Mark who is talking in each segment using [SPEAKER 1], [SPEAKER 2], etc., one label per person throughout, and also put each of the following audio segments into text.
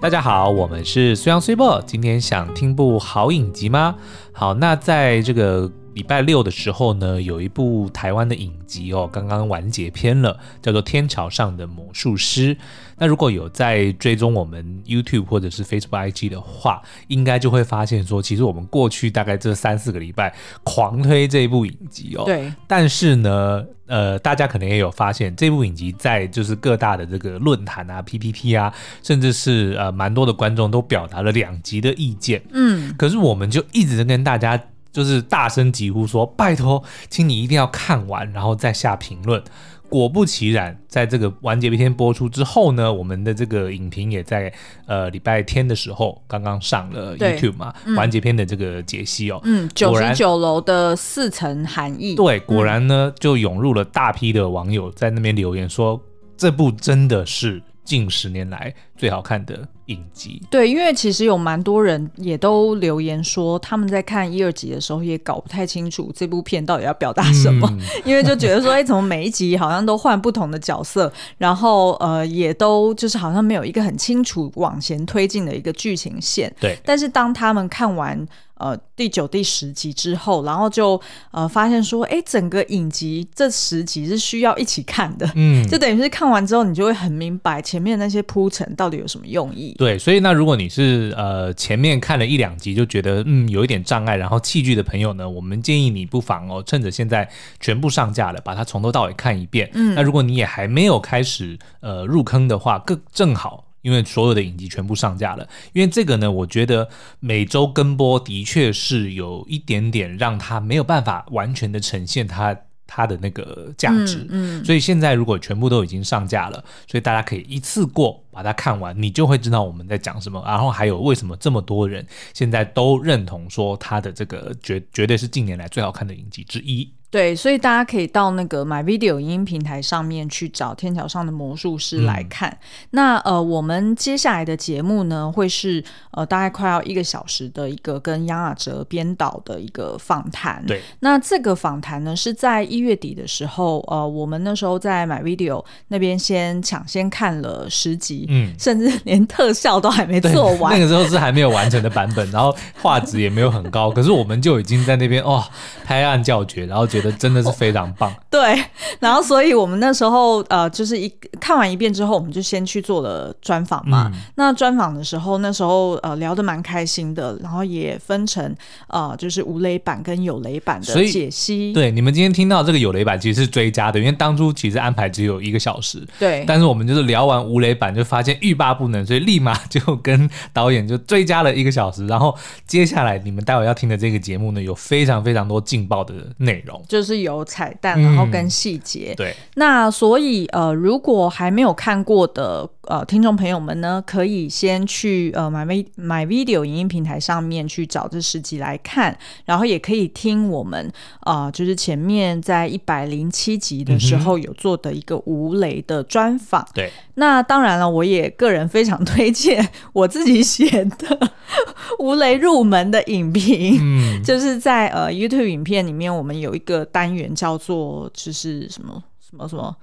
[SPEAKER 1] 大家好，我们是虽阳虽报，今天想听部好影集吗？好，那在这个礼拜六的时候呢，有一部台湾的影集哦，刚刚完结篇了，叫做《天桥上的魔术师》。那如果有在追踪我们 YouTube 或者是 Facebook IG 的话，应该就会发现说，其实我们过去大概这三四个礼拜狂推这一部影集哦。
[SPEAKER 2] 对，
[SPEAKER 1] 但是呢，呃，大家可能也有发现，这部影集在就是各大的这个论坛啊、PPT 啊，甚至是呃蛮多的观众都表达了两极的意见。
[SPEAKER 2] 嗯，
[SPEAKER 1] 可是我们就一直跟大家就是大声疾呼说：“拜托，请你一定要看完，然后再下评论。”果不其然，在这个完结篇播出之后呢，我们的这个影评也在呃礼拜天的时候刚刚上了
[SPEAKER 2] 对
[SPEAKER 1] YouTube 嘛，
[SPEAKER 2] 嗯
[SPEAKER 1] 完结篇的这个解析哦。
[SPEAKER 2] 嗯，九
[SPEAKER 1] 果
[SPEAKER 2] 十
[SPEAKER 1] 然
[SPEAKER 2] 九楼的四层含义，
[SPEAKER 1] 对，果然呢，就涌入了大批的网友在那边留言说，这部真的是近十年来最好看的影集。
[SPEAKER 2] 对，因为其实有蛮多人也都留言说，他们在看一二集的时候也搞不太清楚这部片到底要表达什么，
[SPEAKER 1] 嗯
[SPEAKER 2] 因为就觉得说，哎、怎么每一集好像都换不同的角色，然后呃，也都就是好像没有一个很清楚往前推进的一个剧情线。
[SPEAKER 1] 对
[SPEAKER 2] 但是当他们看完呃第九、第十集之后，然后就呃发现说，哎、整个影集这十集是需要一起看的。
[SPEAKER 1] 嗯，
[SPEAKER 2] 就等于是看完之后，你就会很明白前面那些铺陈到底有什么用意。
[SPEAKER 1] 对，所以那如果你是呃前面看了一两集就觉得嗯有一点障碍，然后弃剧的朋友呢，我们建议你不妨哦趁着现在全部上架了，把它从头到尾看一遍。嗯，那如果你也还没有开始呃入坑的话，更正好。因为所有的影集全部上架了，因为这个呢，我觉得每周跟播的确是有一点点让它没有办法完全的呈现它它的那个价值，
[SPEAKER 2] 嗯，嗯
[SPEAKER 1] 所以现在如果全部都已经上架了，所以大家可以一次过把它看完，你就会知道我们在讲什么。然后还有为什么这么多人现在都认同说它的这个绝绝对是近年来最好看的影集之一。
[SPEAKER 2] 对，所以大家可以到那个 My Video 影音平台上面去找《天桥上的魔术师》来
[SPEAKER 1] 嗯
[SPEAKER 2] 看。那呃，我们接下来的节目呢，会是呃大概快要一个小时的一个跟杨雅哲编导的一个访谈。
[SPEAKER 1] 对，
[SPEAKER 2] 那这个访谈呢，是在一月底的时候，呃，我们那时候在 My Video 那边先抢先看了十集，
[SPEAKER 1] 嗯。
[SPEAKER 2] 甚至连特效都还没
[SPEAKER 1] 对
[SPEAKER 2] 做完
[SPEAKER 1] 那。个时候是还没有完成的版本，然后画质也没有很高，可是我们就已经在那边哦拍案叫绝，然后觉得真的是非常
[SPEAKER 2] 哦
[SPEAKER 1] 棒。
[SPEAKER 2] 对，然后所以我们那时候呃，就是一看完一遍之后，我们就先去做了专访嘛。
[SPEAKER 1] 嗯
[SPEAKER 2] 那专访的时候，那时候呃聊得蛮开心的，然后也分成呃就是无雷版跟有雷版
[SPEAKER 1] 所
[SPEAKER 2] 的
[SPEAKER 1] 以
[SPEAKER 2] 解析。
[SPEAKER 1] 对，你们今天听到这个有雷版其实是追加的，因为当初其实安排只有一个小时，
[SPEAKER 2] 对
[SPEAKER 1] 但是我们就是聊完吴磊版，就发现欲罢不能，所以立马就跟导演就追加了一个小时。然后接下来你们待会要听的这个节目呢，有非常非常多劲爆的内容。
[SPEAKER 2] 就是有彩蛋，
[SPEAKER 1] 嗯
[SPEAKER 2] 然后跟细节。
[SPEAKER 1] 对，
[SPEAKER 2] 那所以呃，如果还没有看过的呃听众朋友们呢，可以先去呃买 V 买 Video 影音平台上面去找这十集来看，然后也可以听我们呃就是前面在一百零七集的时候有做的一个吴磊的专访。
[SPEAKER 1] 对，
[SPEAKER 2] 那当然了，我也个人非常推荐我自己写的 吴磊入门的影评。
[SPEAKER 1] 嗯，
[SPEAKER 2] 就是在呃 YouTube 影片里面，我们有一个单元叫做就是什么什么什么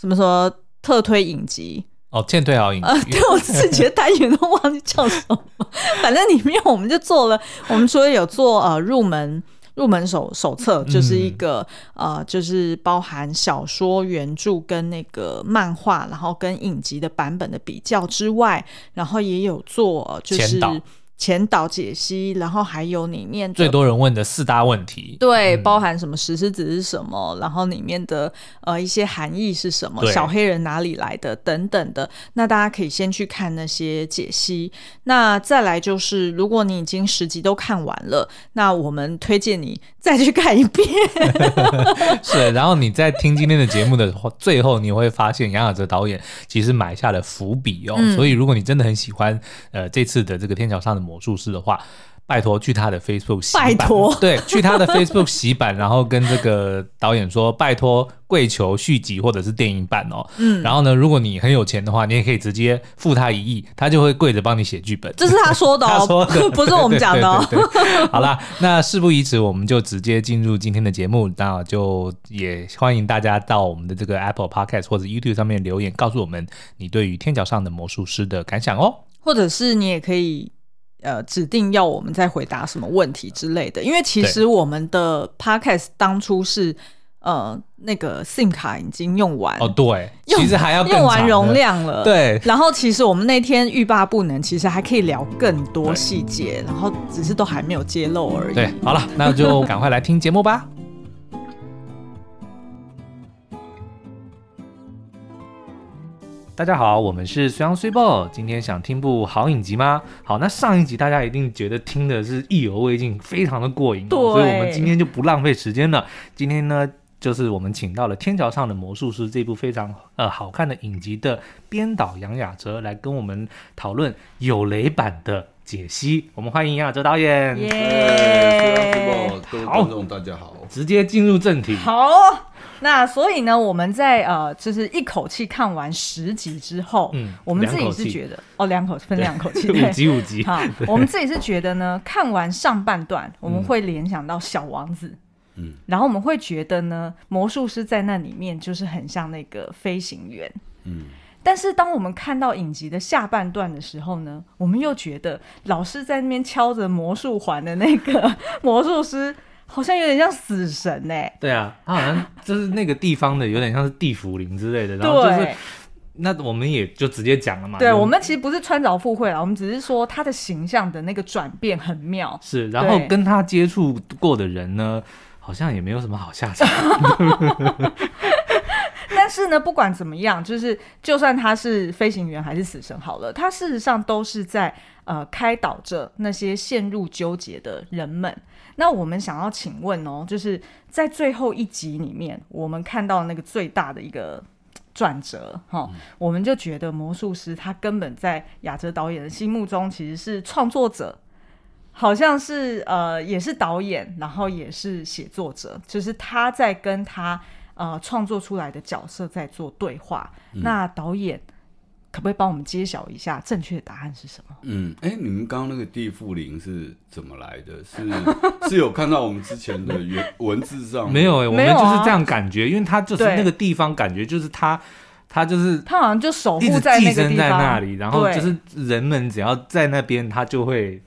[SPEAKER 2] 什么什么特推影集，
[SPEAKER 1] 哦，欠退好影集，
[SPEAKER 2] 呃，对我自己的单元都忘记叫什么， 反正里面我们就做了，我们除了有做呃入门。入门手手
[SPEAKER 1] 嗯
[SPEAKER 2] 册就是一个、呃，就是包含小说原著跟那个漫画，然后跟影集的版本的比较之外，然后也有做、呃就是
[SPEAKER 1] 前导
[SPEAKER 2] 前导解析，然后还有里面的
[SPEAKER 1] 最多人问的四大问题。
[SPEAKER 2] 对，包含什么石狮子是什么，然后里面的呃一些含义是什么，
[SPEAKER 1] 对
[SPEAKER 2] 小黑人哪里来的等等的，那大家可以先去看那些解析。那再来就是，如果你已经十集都看完了，那我们推荐你再去看一 遍。
[SPEAKER 1] 是，然后你在听今天的节目的话 最后，你会发现杨雅哲导演其实埋下了伏笔哦。
[SPEAKER 2] 嗯
[SPEAKER 1] 所以如果你真的很喜欢呃这次的这个天桥上的魔术师的话，拜托去他的 Facebook 洗版，
[SPEAKER 2] 拜托
[SPEAKER 1] 对，去他的 Facebook 洗版，然后跟这个导演说，拜托跪求续集或者是电影版哦。
[SPEAKER 2] 嗯，
[SPEAKER 1] 然后呢，如果你很有钱的话，你也可以直接付他一亿，他就会跪着帮你写剧本。
[SPEAKER 2] 这是他说的
[SPEAKER 1] 他
[SPEAKER 2] 哦，
[SPEAKER 1] 说 的
[SPEAKER 2] 不是我们讲的哦。
[SPEAKER 1] 对对对对好啦，那事不宜迟，我们就直接进入今天的节目。那就也欢迎大家到我们的这个 Apple Podcast 或者 YouTube 上面留言，告诉我们你对于《天桥上的魔术师》的感想哦。
[SPEAKER 2] 或者是你也可以呃指定要我们再回答什么问题之类的，因为其实我们的 podcast 当初是呃那个 SIM 卡已经用完，
[SPEAKER 1] 哦， 对，
[SPEAKER 2] 用
[SPEAKER 1] 其实还要更
[SPEAKER 2] 用完
[SPEAKER 1] 长的
[SPEAKER 2] 容，量了，。
[SPEAKER 1] 对，
[SPEAKER 2] 然后其实我们那天欲罢不能，其实还可以聊更多细节，然后只是都还没有揭露而已。
[SPEAKER 1] 对，好了，那就赶快来听节目 吧。大家好，我们是随阳随报，今天想听部好影集吗？好，那上一集大家一定觉得听的是意犹未尽，非常的过瘾、哦，
[SPEAKER 2] 对
[SPEAKER 1] 所以我们今天就不浪费时间了。今天呢，就是我们请到了《天桥上的魔术师》这部非常呃好看的影集的编导杨雅哲来跟我们讨论有雷版的解析。我们欢迎杨雅哲导演。
[SPEAKER 2] 耶、
[SPEAKER 3] 哎啊各位观众大家好，
[SPEAKER 1] 直接进入正题。
[SPEAKER 2] 好，那所以呢，我们在呃，就是一口气看完十集之后，
[SPEAKER 1] 嗯
[SPEAKER 2] 我们自己
[SPEAKER 1] 两口气
[SPEAKER 2] 是觉得哦，两口分两口气，
[SPEAKER 1] 五
[SPEAKER 2] 对。
[SPEAKER 1] 集五集，
[SPEAKER 2] 好，我们自己是觉得呢，看完上半段，
[SPEAKER 1] 嗯
[SPEAKER 2] 我们会联想到《小王子》，
[SPEAKER 3] 嗯，
[SPEAKER 2] 然后我们会觉得呢，魔术师在那里面就是很像那个飞行员，
[SPEAKER 3] 嗯，
[SPEAKER 2] 但是当我们看到影集的下半段的时候呢，我们又觉得老师在那边敲着魔术环的那个 魔术师，好像有点像死神哎、
[SPEAKER 1] 对啊，他好像就是那个地方的，有点像是地府灵之类的。然后就是
[SPEAKER 2] 对，
[SPEAKER 1] 那我们也就直接讲了嘛。
[SPEAKER 2] 对
[SPEAKER 1] 就
[SPEAKER 2] 我们其实不是穿凿附会啦，我们只是说他的形象的那个转变很妙。
[SPEAKER 1] 是，然后
[SPEAKER 2] 对
[SPEAKER 1] 跟他接触过的人呢，好像也没有什么好下场。
[SPEAKER 2] 但是呢，不管怎么样，就是就算他是飞行员还是死神好了，他事实上都是在呃开导着那些陷入纠结的人们。那我们想要请问哦，就是在最后一集里面，我们看到那个最大的一个嘖转折哈，我们就觉得魔术师他根本在亚哲导演的心目中其实是创作者。好像是呃，也是导演，然后也是写作者，就是他在跟他呃创作出来的角色在做对话。那导演可不可以帮我们揭晓一下正确的答案是什么？
[SPEAKER 3] 嗯，哎、你们刚刚那个地缚灵是怎么来的？是 是有看到我们之前的原文字上
[SPEAKER 1] 没有、欸，我
[SPEAKER 2] 没
[SPEAKER 1] 们
[SPEAKER 2] 有啊
[SPEAKER 1] 就是这样感觉，因为他就是
[SPEAKER 2] 对
[SPEAKER 1] 那个地方，感觉就是他，他就是
[SPEAKER 2] 他好像就守
[SPEAKER 1] 一
[SPEAKER 2] 护
[SPEAKER 1] 直
[SPEAKER 2] 在
[SPEAKER 1] 寄
[SPEAKER 2] 那个
[SPEAKER 1] 生
[SPEAKER 2] 地
[SPEAKER 1] 在
[SPEAKER 2] 方，
[SPEAKER 1] 那里，然后
[SPEAKER 2] 对
[SPEAKER 1] 就是人们只要在那边，他就会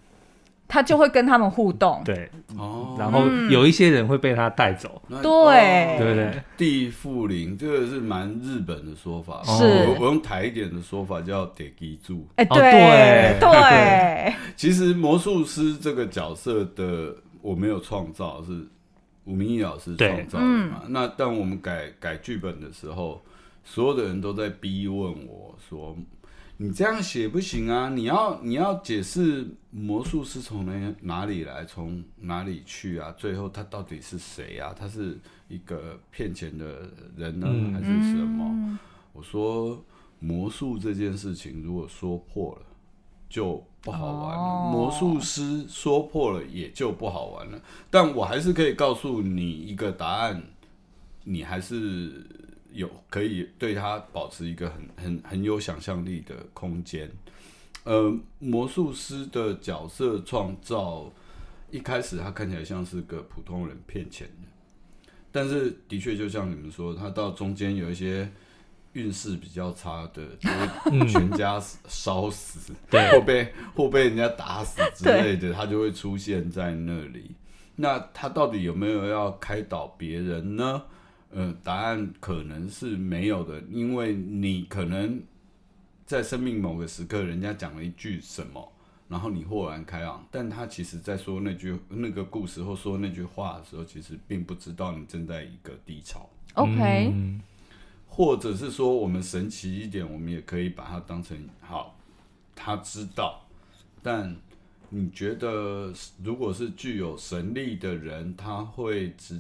[SPEAKER 2] 他就会跟他们互动。
[SPEAKER 1] 对，
[SPEAKER 3] 哦，
[SPEAKER 1] 然后
[SPEAKER 2] 嗯
[SPEAKER 1] 有一些人会被他带走，
[SPEAKER 3] 那
[SPEAKER 2] 对
[SPEAKER 1] 对不对？
[SPEAKER 3] 地缚灵这个是蛮日本的说法，
[SPEAKER 1] 是
[SPEAKER 3] 我我用台一点的说法叫“得基住”。
[SPEAKER 2] 哎、
[SPEAKER 1] 哦
[SPEAKER 2] 对
[SPEAKER 1] 对
[SPEAKER 2] 对
[SPEAKER 3] 其实魔术师这个角色的我没有创造，是吴明义老师
[SPEAKER 1] 对
[SPEAKER 3] 创造的嘛？那但我们改改剧本的时候，所有的人都在逼问我说：“你这样写不行啊！你要你要解释魔术师从哪哪里来，从哪里去啊？最后他到底是谁啊？他是一个骗钱的人呢，还是什么？”我说：“魔术这件事情，如果说破了。”就不好玩了。
[SPEAKER 2] 哦
[SPEAKER 3] 魔术师说破了也就不好玩了，但我还是可以告诉你一个答案，你还是有可以对它保持一个很很很有想象力的空间。呃，魔术师的角色创造一开始他看起来像是个普通人骗钱的，但是的确就像你们说，他到中间有一些运势比较差的，就会全家烧死，
[SPEAKER 1] 对
[SPEAKER 3] 或被或被人家打死之类的，他就会出现在那里。那他到底有没有要开导别人呢？呃，答案可能是没有的，因为你可能在生命某个时刻，人家讲了一句什么，然后你豁然开朗，但他其实在说那句那个故事或说那句话的时候，其实并不知道你正在一个低潮，
[SPEAKER 2] ，OK，
[SPEAKER 1] 嗯
[SPEAKER 3] 或者是说我们神奇一点，我们也可以把它当成好，他知道，但你觉得如果是具有神力的人，他会直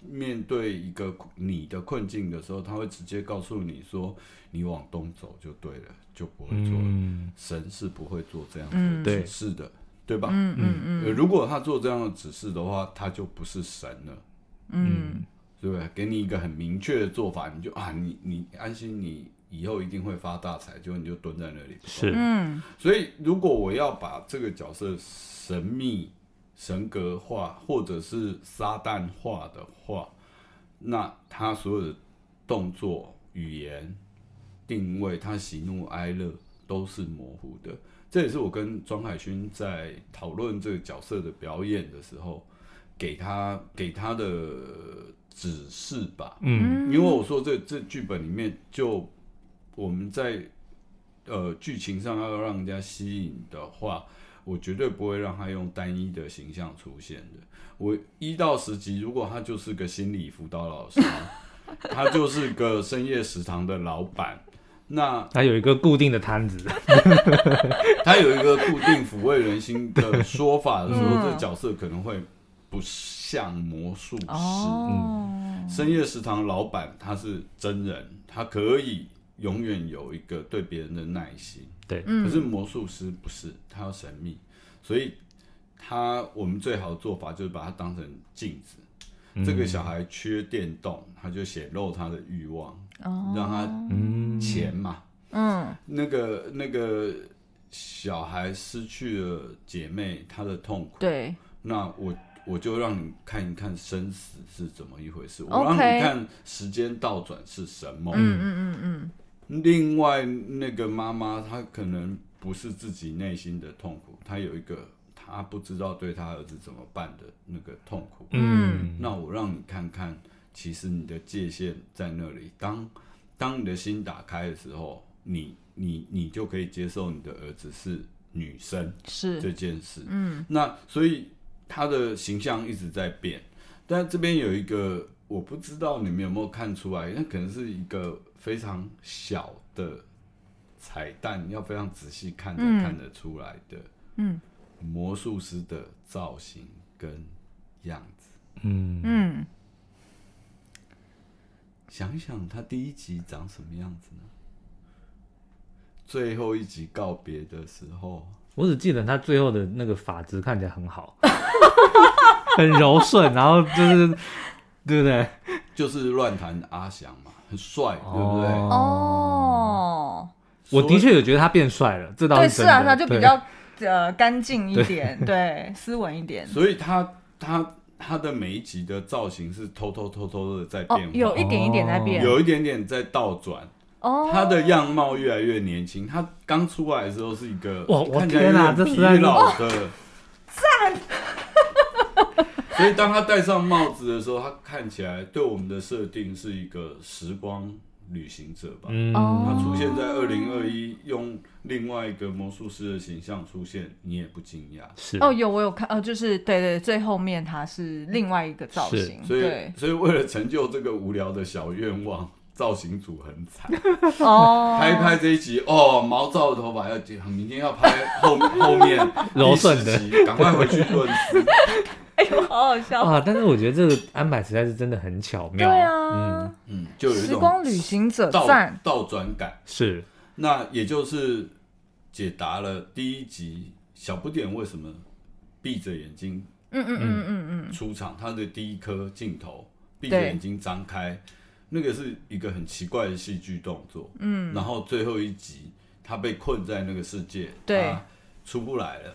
[SPEAKER 3] 面对一个你的困境的时候，他会直接告诉你说，你往东走就对了，就不会错了。
[SPEAKER 1] 嗯，
[SPEAKER 3] 神是不会做这样
[SPEAKER 2] 嗯
[SPEAKER 3] 的
[SPEAKER 1] 对
[SPEAKER 3] 指示的，对吧？嗯嗯嗯、呃如果他做这样的指示的话，他就不是神了，
[SPEAKER 2] 嗯，
[SPEAKER 3] 对不对？给你一个很明确的做法，你就啊，你你安心，你以后一定会发大财，结果你就蹲在那里。
[SPEAKER 1] 是，
[SPEAKER 2] 嗯，
[SPEAKER 3] 所以，如果我要把这个角色神秘、神格化，或者是撒旦化的话，那他所有的动作、语言、定位，他喜怒哀乐，都是模糊的。这也是我跟庄海勋在讨论这个角色的表演的时候，给他给他的指示吧。
[SPEAKER 4] 嗯
[SPEAKER 3] 因为我说这这剧本里面就我们在呃剧情上要让人家吸引的话，我绝对不会让他用单一的形象出现的。我一到十集，如果他就是个心理辅导老 师，他就是个深夜食堂的老板，那
[SPEAKER 1] 它有一个固定的摊子，
[SPEAKER 3] 他有一个固定抚慰人心的说法的时候，
[SPEAKER 2] 嗯
[SPEAKER 3] 这角色可能会不像魔术师。
[SPEAKER 2] 哦，
[SPEAKER 3] 深夜食堂老板他是真人，他可以永远有一个对别人的耐心。
[SPEAKER 1] 对，
[SPEAKER 3] 可是魔术师不是，他要神秘，所以他我们最好的做法就是把它当成镜子。这个小孩缺电动，他就显露他的欲望，让他
[SPEAKER 1] 嗯，
[SPEAKER 3] 钱嘛。
[SPEAKER 2] 嗯
[SPEAKER 3] 那个那个小孩失去了姐妹，他的痛苦。
[SPEAKER 2] 嗯对，
[SPEAKER 3] 那我我就让你看一看生死是怎么一回事
[SPEAKER 2] OK
[SPEAKER 3] 我让你看时间倒转是什么。
[SPEAKER 2] 嗯嗯嗯嗯，
[SPEAKER 3] 另外，那个妈妈她可能不是自己内心的痛苦，她有一个她不知道对她儿子怎么办的那个痛苦。
[SPEAKER 1] 嗯，
[SPEAKER 3] 那我让你看看，其实你的界限在那里。当当你的心打开的时候，你你你就可以接受你的儿子是女生。这
[SPEAKER 2] 是，
[SPEAKER 3] 件事。
[SPEAKER 2] 嗯，
[SPEAKER 3] 那所以他的形象一直在变，但这边有一个我不知道你们有没有看出来，那可能是一个非常小的彩蛋，要非常仔细看才看得出来的。
[SPEAKER 2] 嗯，
[SPEAKER 3] 魔术师的造型跟样子，
[SPEAKER 2] 嗯，
[SPEAKER 3] 想一想他第一集长什么样子呢？最后一集告别的时候，
[SPEAKER 1] 我只记得他最后的那个发质看起来很 好，很柔顺，然后就是对不对？
[SPEAKER 3] 就是乱弹阿翔嘛，很帅，对不对？
[SPEAKER 1] 哦
[SPEAKER 2] 哦，
[SPEAKER 1] 我的确有觉得他变帅了，这倒
[SPEAKER 2] 对，
[SPEAKER 1] 是
[SPEAKER 2] 是
[SPEAKER 1] 真的
[SPEAKER 2] 啊，他就比
[SPEAKER 1] 对
[SPEAKER 2] 较呃干净一点，对，斯文一 点，
[SPEAKER 3] 所以他他他的每一集的造型是偷偷偷偷的在
[SPEAKER 2] 哦
[SPEAKER 3] 变，化，
[SPEAKER 2] 有
[SPEAKER 3] 哦
[SPEAKER 2] 一点一点在变，
[SPEAKER 3] 有一点点在倒转，
[SPEAKER 2] 哦，
[SPEAKER 3] 他的样貌越来越年轻。他刚出来的时候是一个
[SPEAKER 1] 哇我
[SPEAKER 3] 看起来有
[SPEAKER 1] 天哪
[SPEAKER 3] 点
[SPEAKER 1] 这
[SPEAKER 3] 疲
[SPEAKER 1] 实在是哦
[SPEAKER 3] 劳的，赞。 所以当他戴上帽子的时候，他看起来对我们的设定是一个时光旅行者吧。
[SPEAKER 1] 嗯，
[SPEAKER 3] 他
[SPEAKER 2] 哦
[SPEAKER 3] 出现在二零二一，用另外一个魔术师的形象出现，你也不惊讶。
[SPEAKER 1] 是
[SPEAKER 2] 哦，有我有看，哦，就是对对，最后面他是另外一个造型，
[SPEAKER 3] 所以
[SPEAKER 2] 嗯对，
[SPEAKER 3] 所以为了成就这个无聊的小愿望， 造型组很惨。
[SPEAKER 2] 哦，
[SPEAKER 3] 拍一拍这一集，哦，毛躁的头发要剪，明天要拍 后后面
[SPEAKER 1] 柔顺的
[SPEAKER 3] 第十集，赶快回去润饰。
[SPEAKER 2] 哎呦，好好笑，
[SPEAKER 1] 啊，但是我觉得这个安排实在是真的很巧
[SPEAKER 2] 对
[SPEAKER 1] 妙，
[SPEAKER 2] 啊，
[SPEAKER 3] 嗯，就有一
[SPEAKER 2] 时
[SPEAKER 3] 种
[SPEAKER 2] 光旅行者
[SPEAKER 3] 倒
[SPEAKER 2] 赞，
[SPEAKER 3] 倒转感。
[SPEAKER 1] 是
[SPEAKER 3] 那也就是解答了第一集小不点为什么闭着眼睛
[SPEAKER 2] 嗯嗯嗯嗯嗯，
[SPEAKER 3] 出场，他的第一颗镜头闭着眼睛张开，那个是一个很奇怪的戏剧动作。嗯，然后最后一集他被困在那个世界，
[SPEAKER 2] 对
[SPEAKER 3] 他出不来了。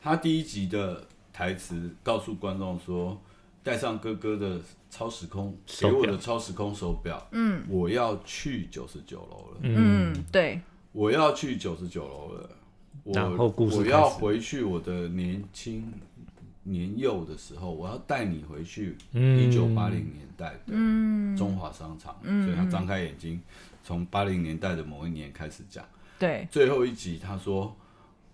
[SPEAKER 3] 他第一集的台词告诉观众说：“带上哥哥的超时空，
[SPEAKER 1] 手
[SPEAKER 3] 给我
[SPEAKER 1] 表
[SPEAKER 3] 的超时空手表，嗯，我要去九十九楼了，
[SPEAKER 2] 嗯，对，
[SPEAKER 3] 我要去九十九楼了。”我
[SPEAKER 1] 然后故事
[SPEAKER 3] 我要
[SPEAKER 1] 开始
[SPEAKER 3] 回去我的年轻年幼的时候，我要带你回去一
[SPEAKER 1] 嗯
[SPEAKER 3] 九八零年代的中华商场，所以他张开眼睛，从八零年代的某一年开始讲。
[SPEAKER 2] 对，
[SPEAKER 3] 最后一集他说，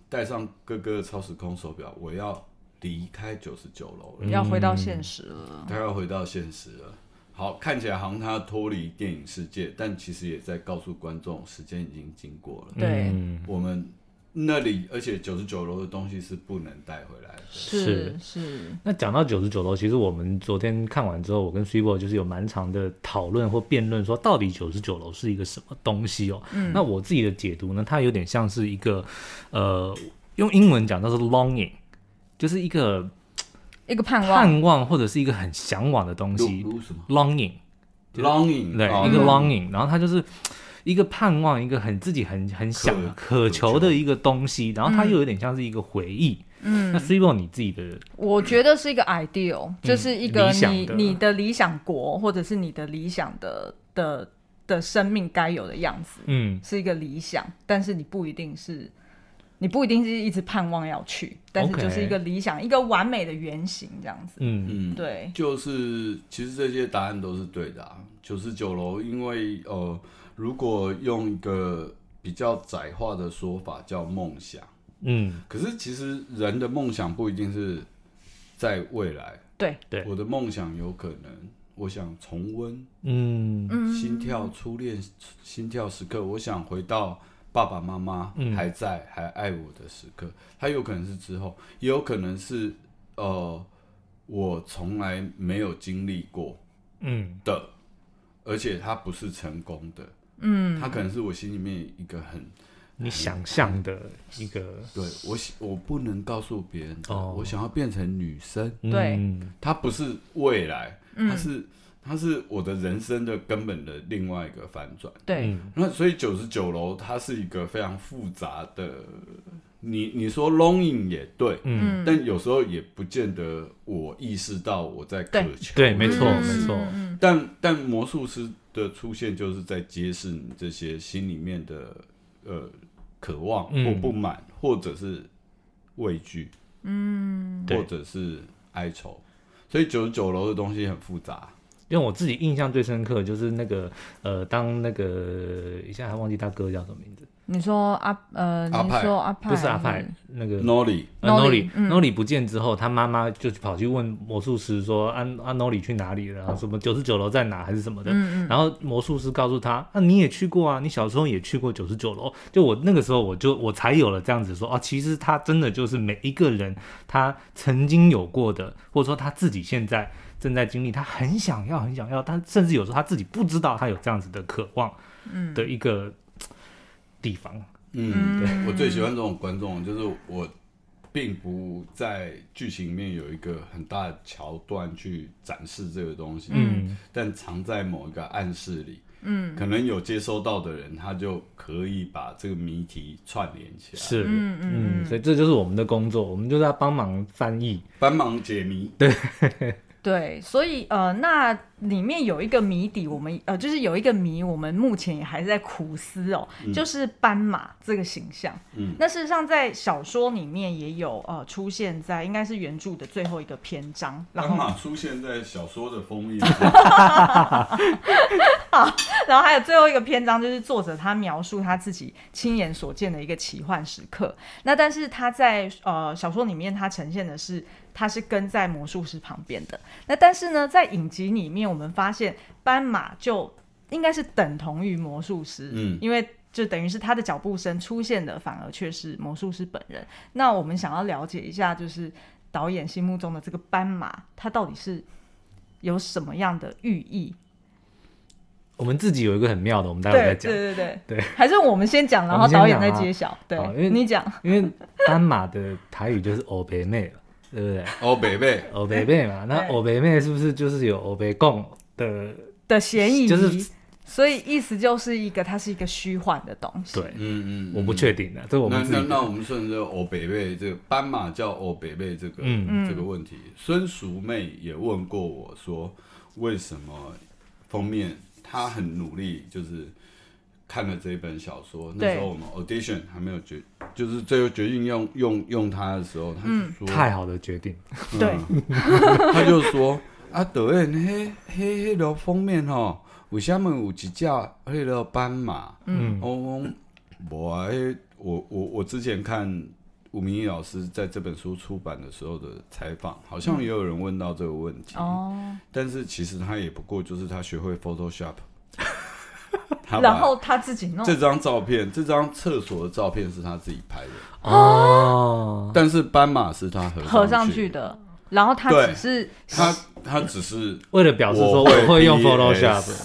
[SPEAKER 3] 戴上哥哥的超时空手表，我要离开九十九楼了，
[SPEAKER 2] 要回到现实了，
[SPEAKER 3] 他要回到现实了。好，看起来好像他脱离电影世界，但其实也在告诉观众，时间已经经过了。
[SPEAKER 2] 对，
[SPEAKER 1] 嗯
[SPEAKER 3] 我们那里，而且九十九楼的东西是不能带回来的。
[SPEAKER 2] 是是，
[SPEAKER 1] 那讲到九十九楼，其实我们昨天看完之后，我跟 s u p e 就是有蛮长的讨论或辩论，说到底九十九楼是一个什么东西哦。
[SPEAKER 2] 嗯
[SPEAKER 1] 那我自己的解读呢，它有点像是一个，呃，用英文讲叫做 longing，就是一个
[SPEAKER 2] 一个盼望，
[SPEAKER 1] 盼望或者是一个很向往的东
[SPEAKER 3] 如
[SPEAKER 1] 西
[SPEAKER 3] 如什么
[SPEAKER 1] ，longing，
[SPEAKER 3] ？longing，
[SPEAKER 1] 对，
[SPEAKER 3] 哦
[SPEAKER 1] 一个
[SPEAKER 3] 嗯
[SPEAKER 1] longing，然后它就是一个盼望，一个很自己很很想
[SPEAKER 3] 渴
[SPEAKER 1] 渴
[SPEAKER 3] 求
[SPEAKER 1] 求的一个东西，然后
[SPEAKER 2] 嗯
[SPEAKER 1] 它又有点像是一个回忆。嗯，那 s u p e 你自己的
[SPEAKER 2] 我觉得是一个 ideal，、就是一个
[SPEAKER 1] 理想
[SPEAKER 2] 你
[SPEAKER 1] 的
[SPEAKER 2] 你的理想国，或者是你的理想的的的生命该有的样子，
[SPEAKER 1] 嗯，
[SPEAKER 2] 是一个理想，但是你不一定是，你不一定是一直盼望要去，但是
[SPEAKER 1] OK
[SPEAKER 2] 就是一个理想，一个完美的原型这样子。
[SPEAKER 1] 嗯
[SPEAKER 3] 嗯，
[SPEAKER 2] 对，
[SPEAKER 3] 就是其实这些答案都是对的、啊。九十九楼，因为呃，如果用一个比较窄化的说法叫梦想，
[SPEAKER 1] 嗯，
[SPEAKER 3] 可是其实人的梦想不一定是在未来，
[SPEAKER 2] 对，
[SPEAKER 1] 对，
[SPEAKER 3] 我的梦想有可能，我想重温
[SPEAKER 1] 嗯
[SPEAKER 3] 心跳、初恋、心跳时刻，我想回到爸爸妈妈还在、还爱我的时刻。它有可能是之后，也有可能是呃，我从来没有经历过
[SPEAKER 1] 嗯
[SPEAKER 3] 的，而且它不是成功的。嗯，它可能是我心里面一个很
[SPEAKER 1] 你想象的一个，
[SPEAKER 3] 对我喜，我不能告诉别人的，
[SPEAKER 1] 哦
[SPEAKER 3] 我想要变成女生。
[SPEAKER 2] 对
[SPEAKER 1] 嗯
[SPEAKER 3] 它不是未来，
[SPEAKER 2] 嗯
[SPEAKER 3] 它是、它是我的人生的根本的另外一个反转。
[SPEAKER 2] 对，
[SPEAKER 1] 嗯
[SPEAKER 3] 那所以九十九楼它是一个非常复杂的，你你说 longing 也对，嗯，但有时候也不见得我意识到我在渴求，
[SPEAKER 1] 对，没错，
[SPEAKER 2] 嗯
[SPEAKER 1] 没错，
[SPEAKER 3] 但但魔术师的出现就是在揭示你这些心里面的呃渴望
[SPEAKER 1] 嗯
[SPEAKER 3] 或不满，或者是畏惧，嗯，
[SPEAKER 1] 对
[SPEAKER 3] 或者是哀愁。所以九十九楼的东西很复杂，
[SPEAKER 1] 因为我自己印象最深刻就是那个呃，当那个一下还忘记他哥叫什么名字，
[SPEAKER 2] 你说阿呃，
[SPEAKER 3] 阿
[SPEAKER 2] 你
[SPEAKER 3] 派
[SPEAKER 2] 说阿派嗯
[SPEAKER 1] 不是阿派，那个
[SPEAKER 3] Nolly，
[SPEAKER 1] 呃
[SPEAKER 2] Nolly，
[SPEAKER 1] Nolly
[SPEAKER 2] 嗯
[SPEAKER 1] Nolly 不见之后，他妈妈就跑去问魔术师说：“啊啊 Nolly 去哪里了？
[SPEAKER 2] 哦
[SPEAKER 1] 然后什么九十九楼在哪？还是什么的？”
[SPEAKER 2] 嗯
[SPEAKER 1] 然后魔术师告诉他：“啊，你也去过啊，你小时候也去过九十九楼。”就我那个时候，我就我才有了这样子说啊，其实他真的就是每一个人他曾经有过的，或者说他自己现在正在经历，他很想要，很想要，但甚至有时候他自己不知道他有这样子的渴望，
[SPEAKER 2] 嗯
[SPEAKER 1] 的一个嘖地方。
[SPEAKER 3] 嗯，我最喜欢这种观众，就是我并不在剧情里面有一个很大的桥段去展示这个东西，
[SPEAKER 1] 嗯，
[SPEAKER 3] 但藏在某一个暗示里，嗯，可能有接收到的人，他就可以把这个谜题串联起来，
[SPEAKER 1] 是，嗯所以这就是我们的工作，我们就是要帮忙翻译。
[SPEAKER 3] 帮忙解谜。
[SPEAKER 2] 对，所以呃，那里面有一个谜底，我们呃，就是有一个谜，我们目前也还在苦思哦，就是斑马这个形象。
[SPEAKER 3] 嗯，
[SPEAKER 2] 那事实上在小说里面也有呃出现在，应该是原著的最后一个篇章，然
[SPEAKER 3] 斑
[SPEAKER 2] 后
[SPEAKER 3] 马出现在小说的封 面，
[SPEAKER 2] 然后还有最后一个篇章，就是作者他描述他自己亲眼所见的一个奇幻时刻。那但是他在呃小说里面，他呈现的是他是跟在魔术师旁边的。那但是呢，在影集里面，我们发现斑马就应该是等同于魔术师，
[SPEAKER 3] 嗯
[SPEAKER 2] 因为。就等于是他的脚步声出现的，反而却是魔术师本人。那我们想要了解一下，就是导演心目中的这个斑马，它到底是有什么样的寓意？
[SPEAKER 1] 我们自己有一个很妙的，我们待会
[SPEAKER 2] 对
[SPEAKER 1] 再讲。
[SPEAKER 2] 对对对
[SPEAKER 1] 对，
[SPEAKER 2] 还是我们先讲，然
[SPEAKER 1] 我
[SPEAKER 2] 后
[SPEAKER 1] 们先
[SPEAKER 2] 导演
[SPEAKER 1] 讲
[SPEAKER 2] 再
[SPEAKER 1] 啊
[SPEAKER 2] 揭晓。对
[SPEAKER 1] 好因，为
[SPEAKER 2] 你讲。
[SPEAKER 1] 因为斑马的台语就是欧北妹嘛，对不对？
[SPEAKER 3] 哦，北北，
[SPEAKER 1] 欧北妹嘛，那
[SPEAKER 2] 对
[SPEAKER 1] 欧北妹是不是就是有欧北共的？
[SPEAKER 2] 的嫌疑，
[SPEAKER 1] 就是
[SPEAKER 2] 所以意思就是一个它是一个虚幻的东西。
[SPEAKER 1] 对，
[SPEAKER 3] 嗯嗯，
[SPEAKER 1] 我不确定的，这我
[SPEAKER 3] 那
[SPEAKER 1] 们自
[SPEAKER 3] 那
[SPEAKER 1] 己
[SPEAKER 3] 那我们顺着欧北贝这个斑马叫欧北贝这个、
[SPEAKER 1] 嗯
[SPEAKER 3] 这个问题，孙淑妹也问过我说，为什么封面她很努力，就是看了这一本小说，那时候我们 audition 还没有决，就是最后决定用用用它的时候，她就说，
[SPEAKER 1] 太好的决定，
[SPEAKER 2] 对
[SPEAKER 1] 嗯
[SPEAKER 3] 她就说啊，导演，嘿嘿嘿，个封面吼，为什么有一只迄个斑马？
[SPEAKER 1] 嗯
[SPEAKER 3] 我讲无啊，迄我我我之前看吴明义老师在这本书出版的时候的采访，好像也有人问到这个问题，
[SPEAKER 2] 嗯哦，
[SPEAKER 3] 但是其实他也不过就是他学会 Photoshop，他
[SPEAKER 2] 然
[SPEAKER 3] 把
[SPEAKER 2] 后他自己弄
[SPEAKER 3] 这张照片，这张厕所的照片是他自己拍的，
[SPEAKER 1] 哦，
[SPEAKER 3] 但是斑马是他
[SPEAKER 2] 合
[SPEAKER 3] 合
[SPEAKER 2] 上
[SPEAKER 3] 上
[SPEAKER 2] 去
[SPEAKER 3] 的，
[SPEAKER 2] 的，然后他
[SPEAKER 3] 对
[SPEAKER 2] 只是
[SPEAKER 3] 他他只是
[SPEAKER 1] 为了表示说
[SPEAKER 3] 我会
[SPEAKER 1] 我会用
[SPEAKER 3] PS
[SPEAKER 1] Photoshop，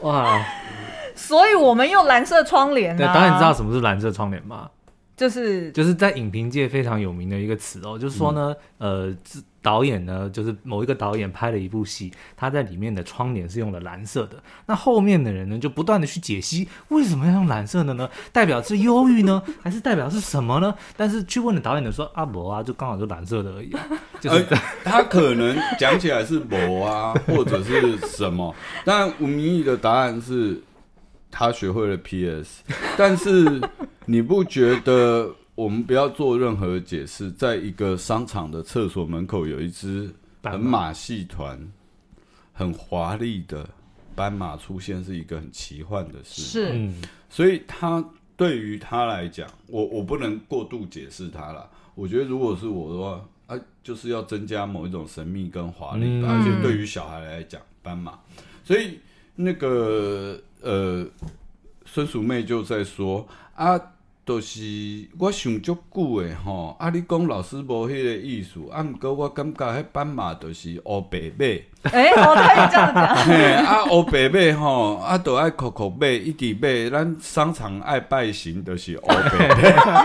[SPEAKER 1] 哇，
[SPEAKER 2] 所以我们用蓝色窗帘
[SPEAKER 1] 对，
[SPEAKER 2] 啊。
[SPEAKER 1] 导演知道什么是蓝色窗帘吗？
[SPEAKER 2] 就是
[SPEAKER 1] 就是在影评界非常有名的一个词哦，就是说呢，呃，自导演呢，就是某一个导演拍了一部戏，他在里面的窗帘是用了蓝色的，那后面的人呢就不断的去解析为什么要用蓝色的呢？代表是忧郁呢， 还是代表是什么呢？但是去问了导演的说，阿伯啊，就刚好就蓝色的而已啊、就是、
[SPEAKER 3] 呃，他可能 讲起来是某啊，或者是什么，但吴明义的答案是他学会了 PS，但 是你不觉得我们不要做任何解释，在一个商场的厕所门口有一只很马戏团、很华丽的斑马出现，是一个很奇幻的事。
[SPEAKER 2] 是
[SPEAKER 1] 嗯，
[SPEAKER 3] 所以他对于他来讲，我我不能过度解释他啦。我觉得如果是我的话，啊，就是要增加某一种神秘跟华丽吧，
[SPEAKER 1] 嗯
[SPEAKER 3] 而且对于小孩来讲，斑马。所以那个呃，孙淑妹就在说啊。就是我想足久的吼，啊！你讲老师无迄个意思，啊！毋过我感觉迄斑马就是乌白马，
[SPEAKER 2] 哎，我他也这样子讲，
[SPEAKER 3] 嘿，啊，乌白马吼，啊，都爱扣扣买，一直买，咱商场爱拜神就是乌白马。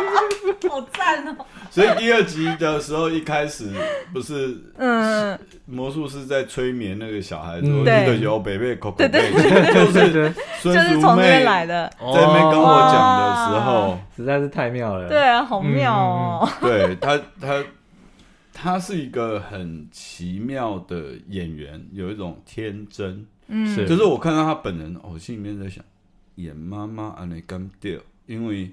[SPEAKER 2] 好赞哦。
[SPEAKER 3] 所以第二集的时候，一开始不是
[SPEAKER 2] 嗯，
[SPEAKER 3] 魔术师在催眠那个小孩说，
[SPEAKER 1] 嗯
[SPEAKER 2] 对
[SPEAKER 3] 就是乌白马扣扣
[SPEAKER 2] 对
[SPEAKER 3] 买
[SPEAKER 2] 对，
[SPEAKER 3] 就
[SPEAKER 1] 对
[SPEAKER 3] 是
[SPEAKER 1] 对，
[SPEAKER 2] 就
[SPEAKER 3] 孙
[SPEAKER 2] 是
[SPEAKER 3] 淑
[SPEAKER 2] 从这
[SPEAKER 3] 妹
[SPEAKER 2] 边来的。
[SPEAKER 3] 在那边跟我讲的时
[SPEAKER 2] 哇
[SPEAKER 3] 候，
[SPEAKER 1] 实在是太妙了。
[SPEAKER 2] 对，啊，好妙
[SPEAKER 1] 嗯
[SPEAKER 2] 哦。
[SPEAKER 3] 对他，他他是一个很奇妙的演员，有一种天真。
[SPEAKER 2] 嗯
[SPEAKER 1] 是
[SPEAKER 3] 就是我看到他本人，我心里面在想，演妈妈安尼干掉，因为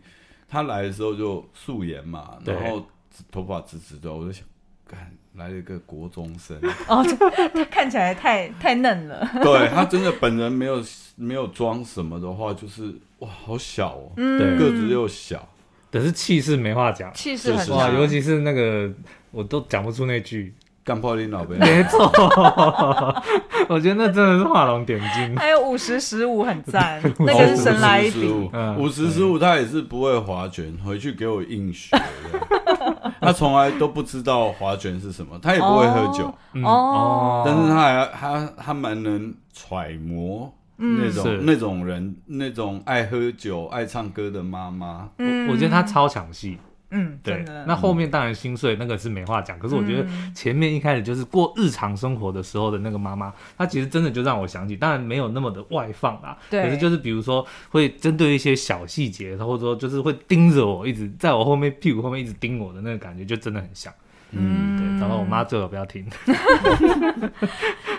[SPEAKER 3] 他来的时候就素颜嘛，
[SPEAKER 1] 对
[SPEAKER 3] 然后头发直直的，我就想，干来了一个国中生，
[SPEAKER 1] 嗯
[SPEAKER 2] 哦，这他看起来太太嫩了。
[SPEAKER 3] 对他真的本人没有没有装什么的话，就是哇，好小哦，
[SPEAKER 2] 嗯
[SPEAKER 1] 对
[SPEAKER 3] 个子又小，
[SPEAKER 1] 可是气势没话讲，
[SPEAKER 2] 气势很
[SPEAKER 3] 是
[SPEAKER 1] 哇，
[SPEAKER 2] 大
[SPEAKER 1] 尤其是那个我都讲不出那句，
[SPEAKER 3] 干炮你老呗，
[SPEAKER 1] 没错， 我觉得那真的是画龙点 睛。
[SPEAKER 2] 还有哎五十十五很赞，那个是神来一笔。
[SPEAKER 1] 嗯
[SPEAKER 3] 五十十五他也是不会划拳，回去给我硬学的，他从来都不知道划拳是什么，他也不会喝酒。
[SPEAKER 1] 嗯
[SPEAKER 2] 哦，
[SPEAKER 3] 但是他还他他蛮能揣摩那种、
[SPEAKER 1] 嗯是
[SPEAKER 3] 那种人，那种爱喝酒、爱唱歌的妈妈。
[SPEAKER 1] 我我觉得他超抢戏，
[SPEAKER 2] 嗯，
[SPEAKER 1] 对
[SPEAKER 2] 真，的嗯
[SPEAKER 1] 那后面当然心碎，那个是没话讲。可是我觉得前面一开始就是过日常生活的时候的那个妈妈，她其实真的就让我想起，当然没有那么的外放啦，
[SPEAKER 2] 对
[SPEAKER 1] 可是就是比如说会针对一些小细节，或者说就是会盯着我，一直在我后面屁股后面一直盯我的那个感觉，就真的很像。嗯，对，找到我妈最好不要听。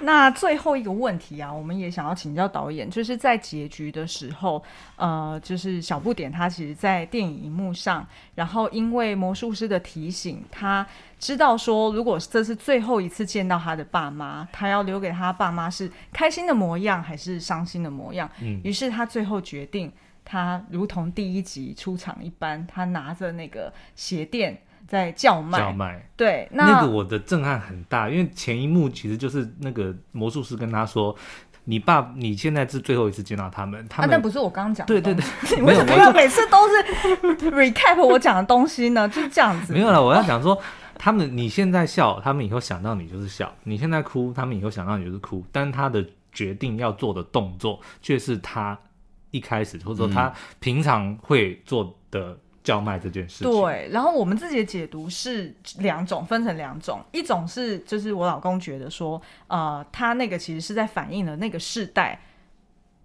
[SPEAKER 2] 那最后一个问题啊，我们也想要请教导演，就是在结局的时候，呃，就是小不点他其实，在电影荧幕上，然后因为魔术师的提醒，他知道说，如果这是最后一次见到他的爸妈，他要留给他爸妈是开心的模样还是伤心的模样。
[SPEAKER 1] 嗯
[SPEAKER 2] 于是他最后决定，他如同第一集出场一般，他拿着那个鞋垫在叫卖。
[SPEAKER 1] 叫卖
[SPEAKER 2] 对，那
[SPEAKER 1] 那个我的震撼很大，因为前一幕其实就是那个魔术师跟他说：“你爸，你现在是最后一次见到他们，他
[SPEAKER 2] 啊，
[SPEAKER 1] 们、
[SPEAKER 2] 但不是我刚刚讲的
[SPEAKER 1] 对对
[SPEAKER 2] 东西，
[SPEAKER 1] 对，
[SPEAKER 2] 你
[SPEAKER 1] 没
[SPEAKER 2] 为
[SPEAKER 1] 有
[SPEAKER 2] 什么
[SPEAKER 1] 我
[SPEAKER 2] 要每次都是 recap 我讲的东西呢？就是这样子，
[SPEAKER 1] 没有了，我要讲说，他们你现在笑，他们以后想到你就是笑；你现在哭，他们以后想到你就是哭。但他的决定要做的动作，却是他一开始或者说
[SPEAKER 2] 嗯
[SPEAKER 1] 他平常会做的叫卖这件事情。
[SPEAKER 2] 对，然后我们自己的解读是两种，分成两种，一种是就是我老公觉得说，呃，他那个其实是在反映了那个世代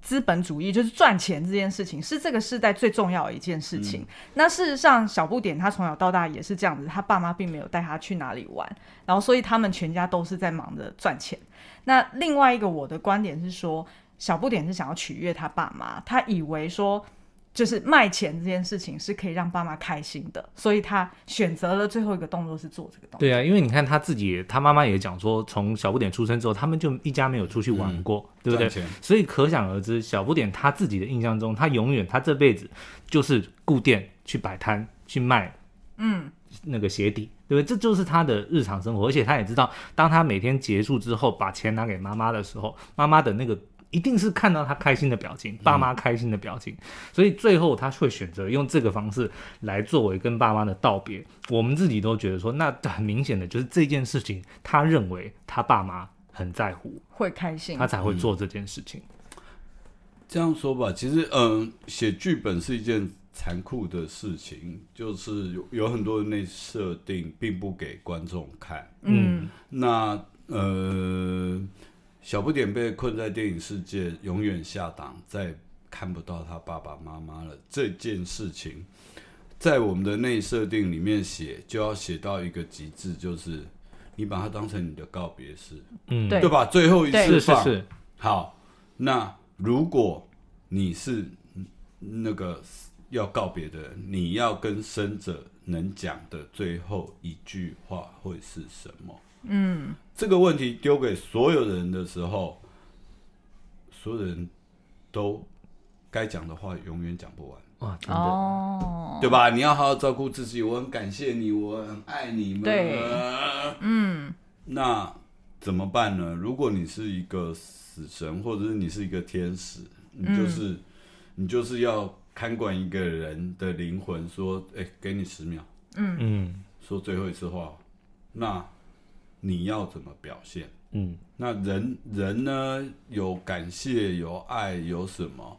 [SPEAKER 2] 资本主义，就是赚钱这件事情是这个世代最重要的一件事情。那事实上，小不点他从小到大也是这样子，他爸妈并没有带他去哪里玩，然后所以他们全家都是在忙着赚钱。那另外一个我的观点是说，小不点是想要取悦他爸妈，他以为说就是卖钱这件事情是可以让爸妈开心的，所以他选择了最后一个动作是做这个动作。
[SPEAKER 1] 对啊，因为你看他自己也，他妈妈也讲说，从小不点出生之后，他们就一家没有出去玩过，对不对
[SPEAKER 3] 赚钱？
[SPEAKER 1] 所以可想而知，小不点他自己的印象中，他永远他这辈子就是顾店去摆摊去卖，嗯，那个鞋底，对不对？这就是他的日常生活，而且他也知道，当他每天结束之后，把钱拿给妈妈的时候，妈妈的那个。一定是看到他开心的表情，爸妈开心的表情，所以最后他会选择用这个方式来作为跟爸妈的道别。我们自己都觉得说，那很明显的就是这件事情，他认为他爸妈很在乎，
[SPEAKER 2] 会开心
[SPEAKER 1] 他，才会做这件事情。
[SPEAKER 3] 这样说吧，其实嗯，写剧本是一件残酷的事情，就是有有很多内设定并不给观众看。
[SPEAKER 2] 嗯，
[SPEAKER 3] 那呃，小不点被困在电影世界，永远下档，再也看不到他爸爸妈妈了。这件事情，在我们的内设定里面写，就要写到一个极致，就是你把它当成你的告别式，
[SPEAKER 1] 嗯，
[SPEAKER 2] 对
[SPEAKER 3] 对吧？最后一
[SPEAKER 2] 对
[SPEAKER 3] 次
[SPEAKER 1] 是是
[SPEAKER 3] 放，
[SPEAKER 1] 是，
[SPEAKER 3] 好，那如果你是那个要告别的人，你要跟生者能讲的最后一句话会是什么？嗯，这个问题丢给所有人的时候，所有人都该讲的话永远讲不完。
[SPEAKER 1] 哇，真的，
[SPEAKER 2] 哦，
[SPEAKER 3] 对吧？你要好好照顾自己，我很感谢你，我很爱你们。
[SPEAKER 2] 对
[SPEAKER 3] 嗯，那怎么办呢？如果你是一个死神，或者是你是一个天使，你就是、你就是要看管一个人的灵魂，说，哎、给你十秒，
[SPEAKER 1] 嗯
[SPEAKER 3] 说最后一次话，那你要怎么表现？
[SPEAKER 1] 嗯，
[SPEAKER 3] 那人人呢，有感谢，有爱，有什么？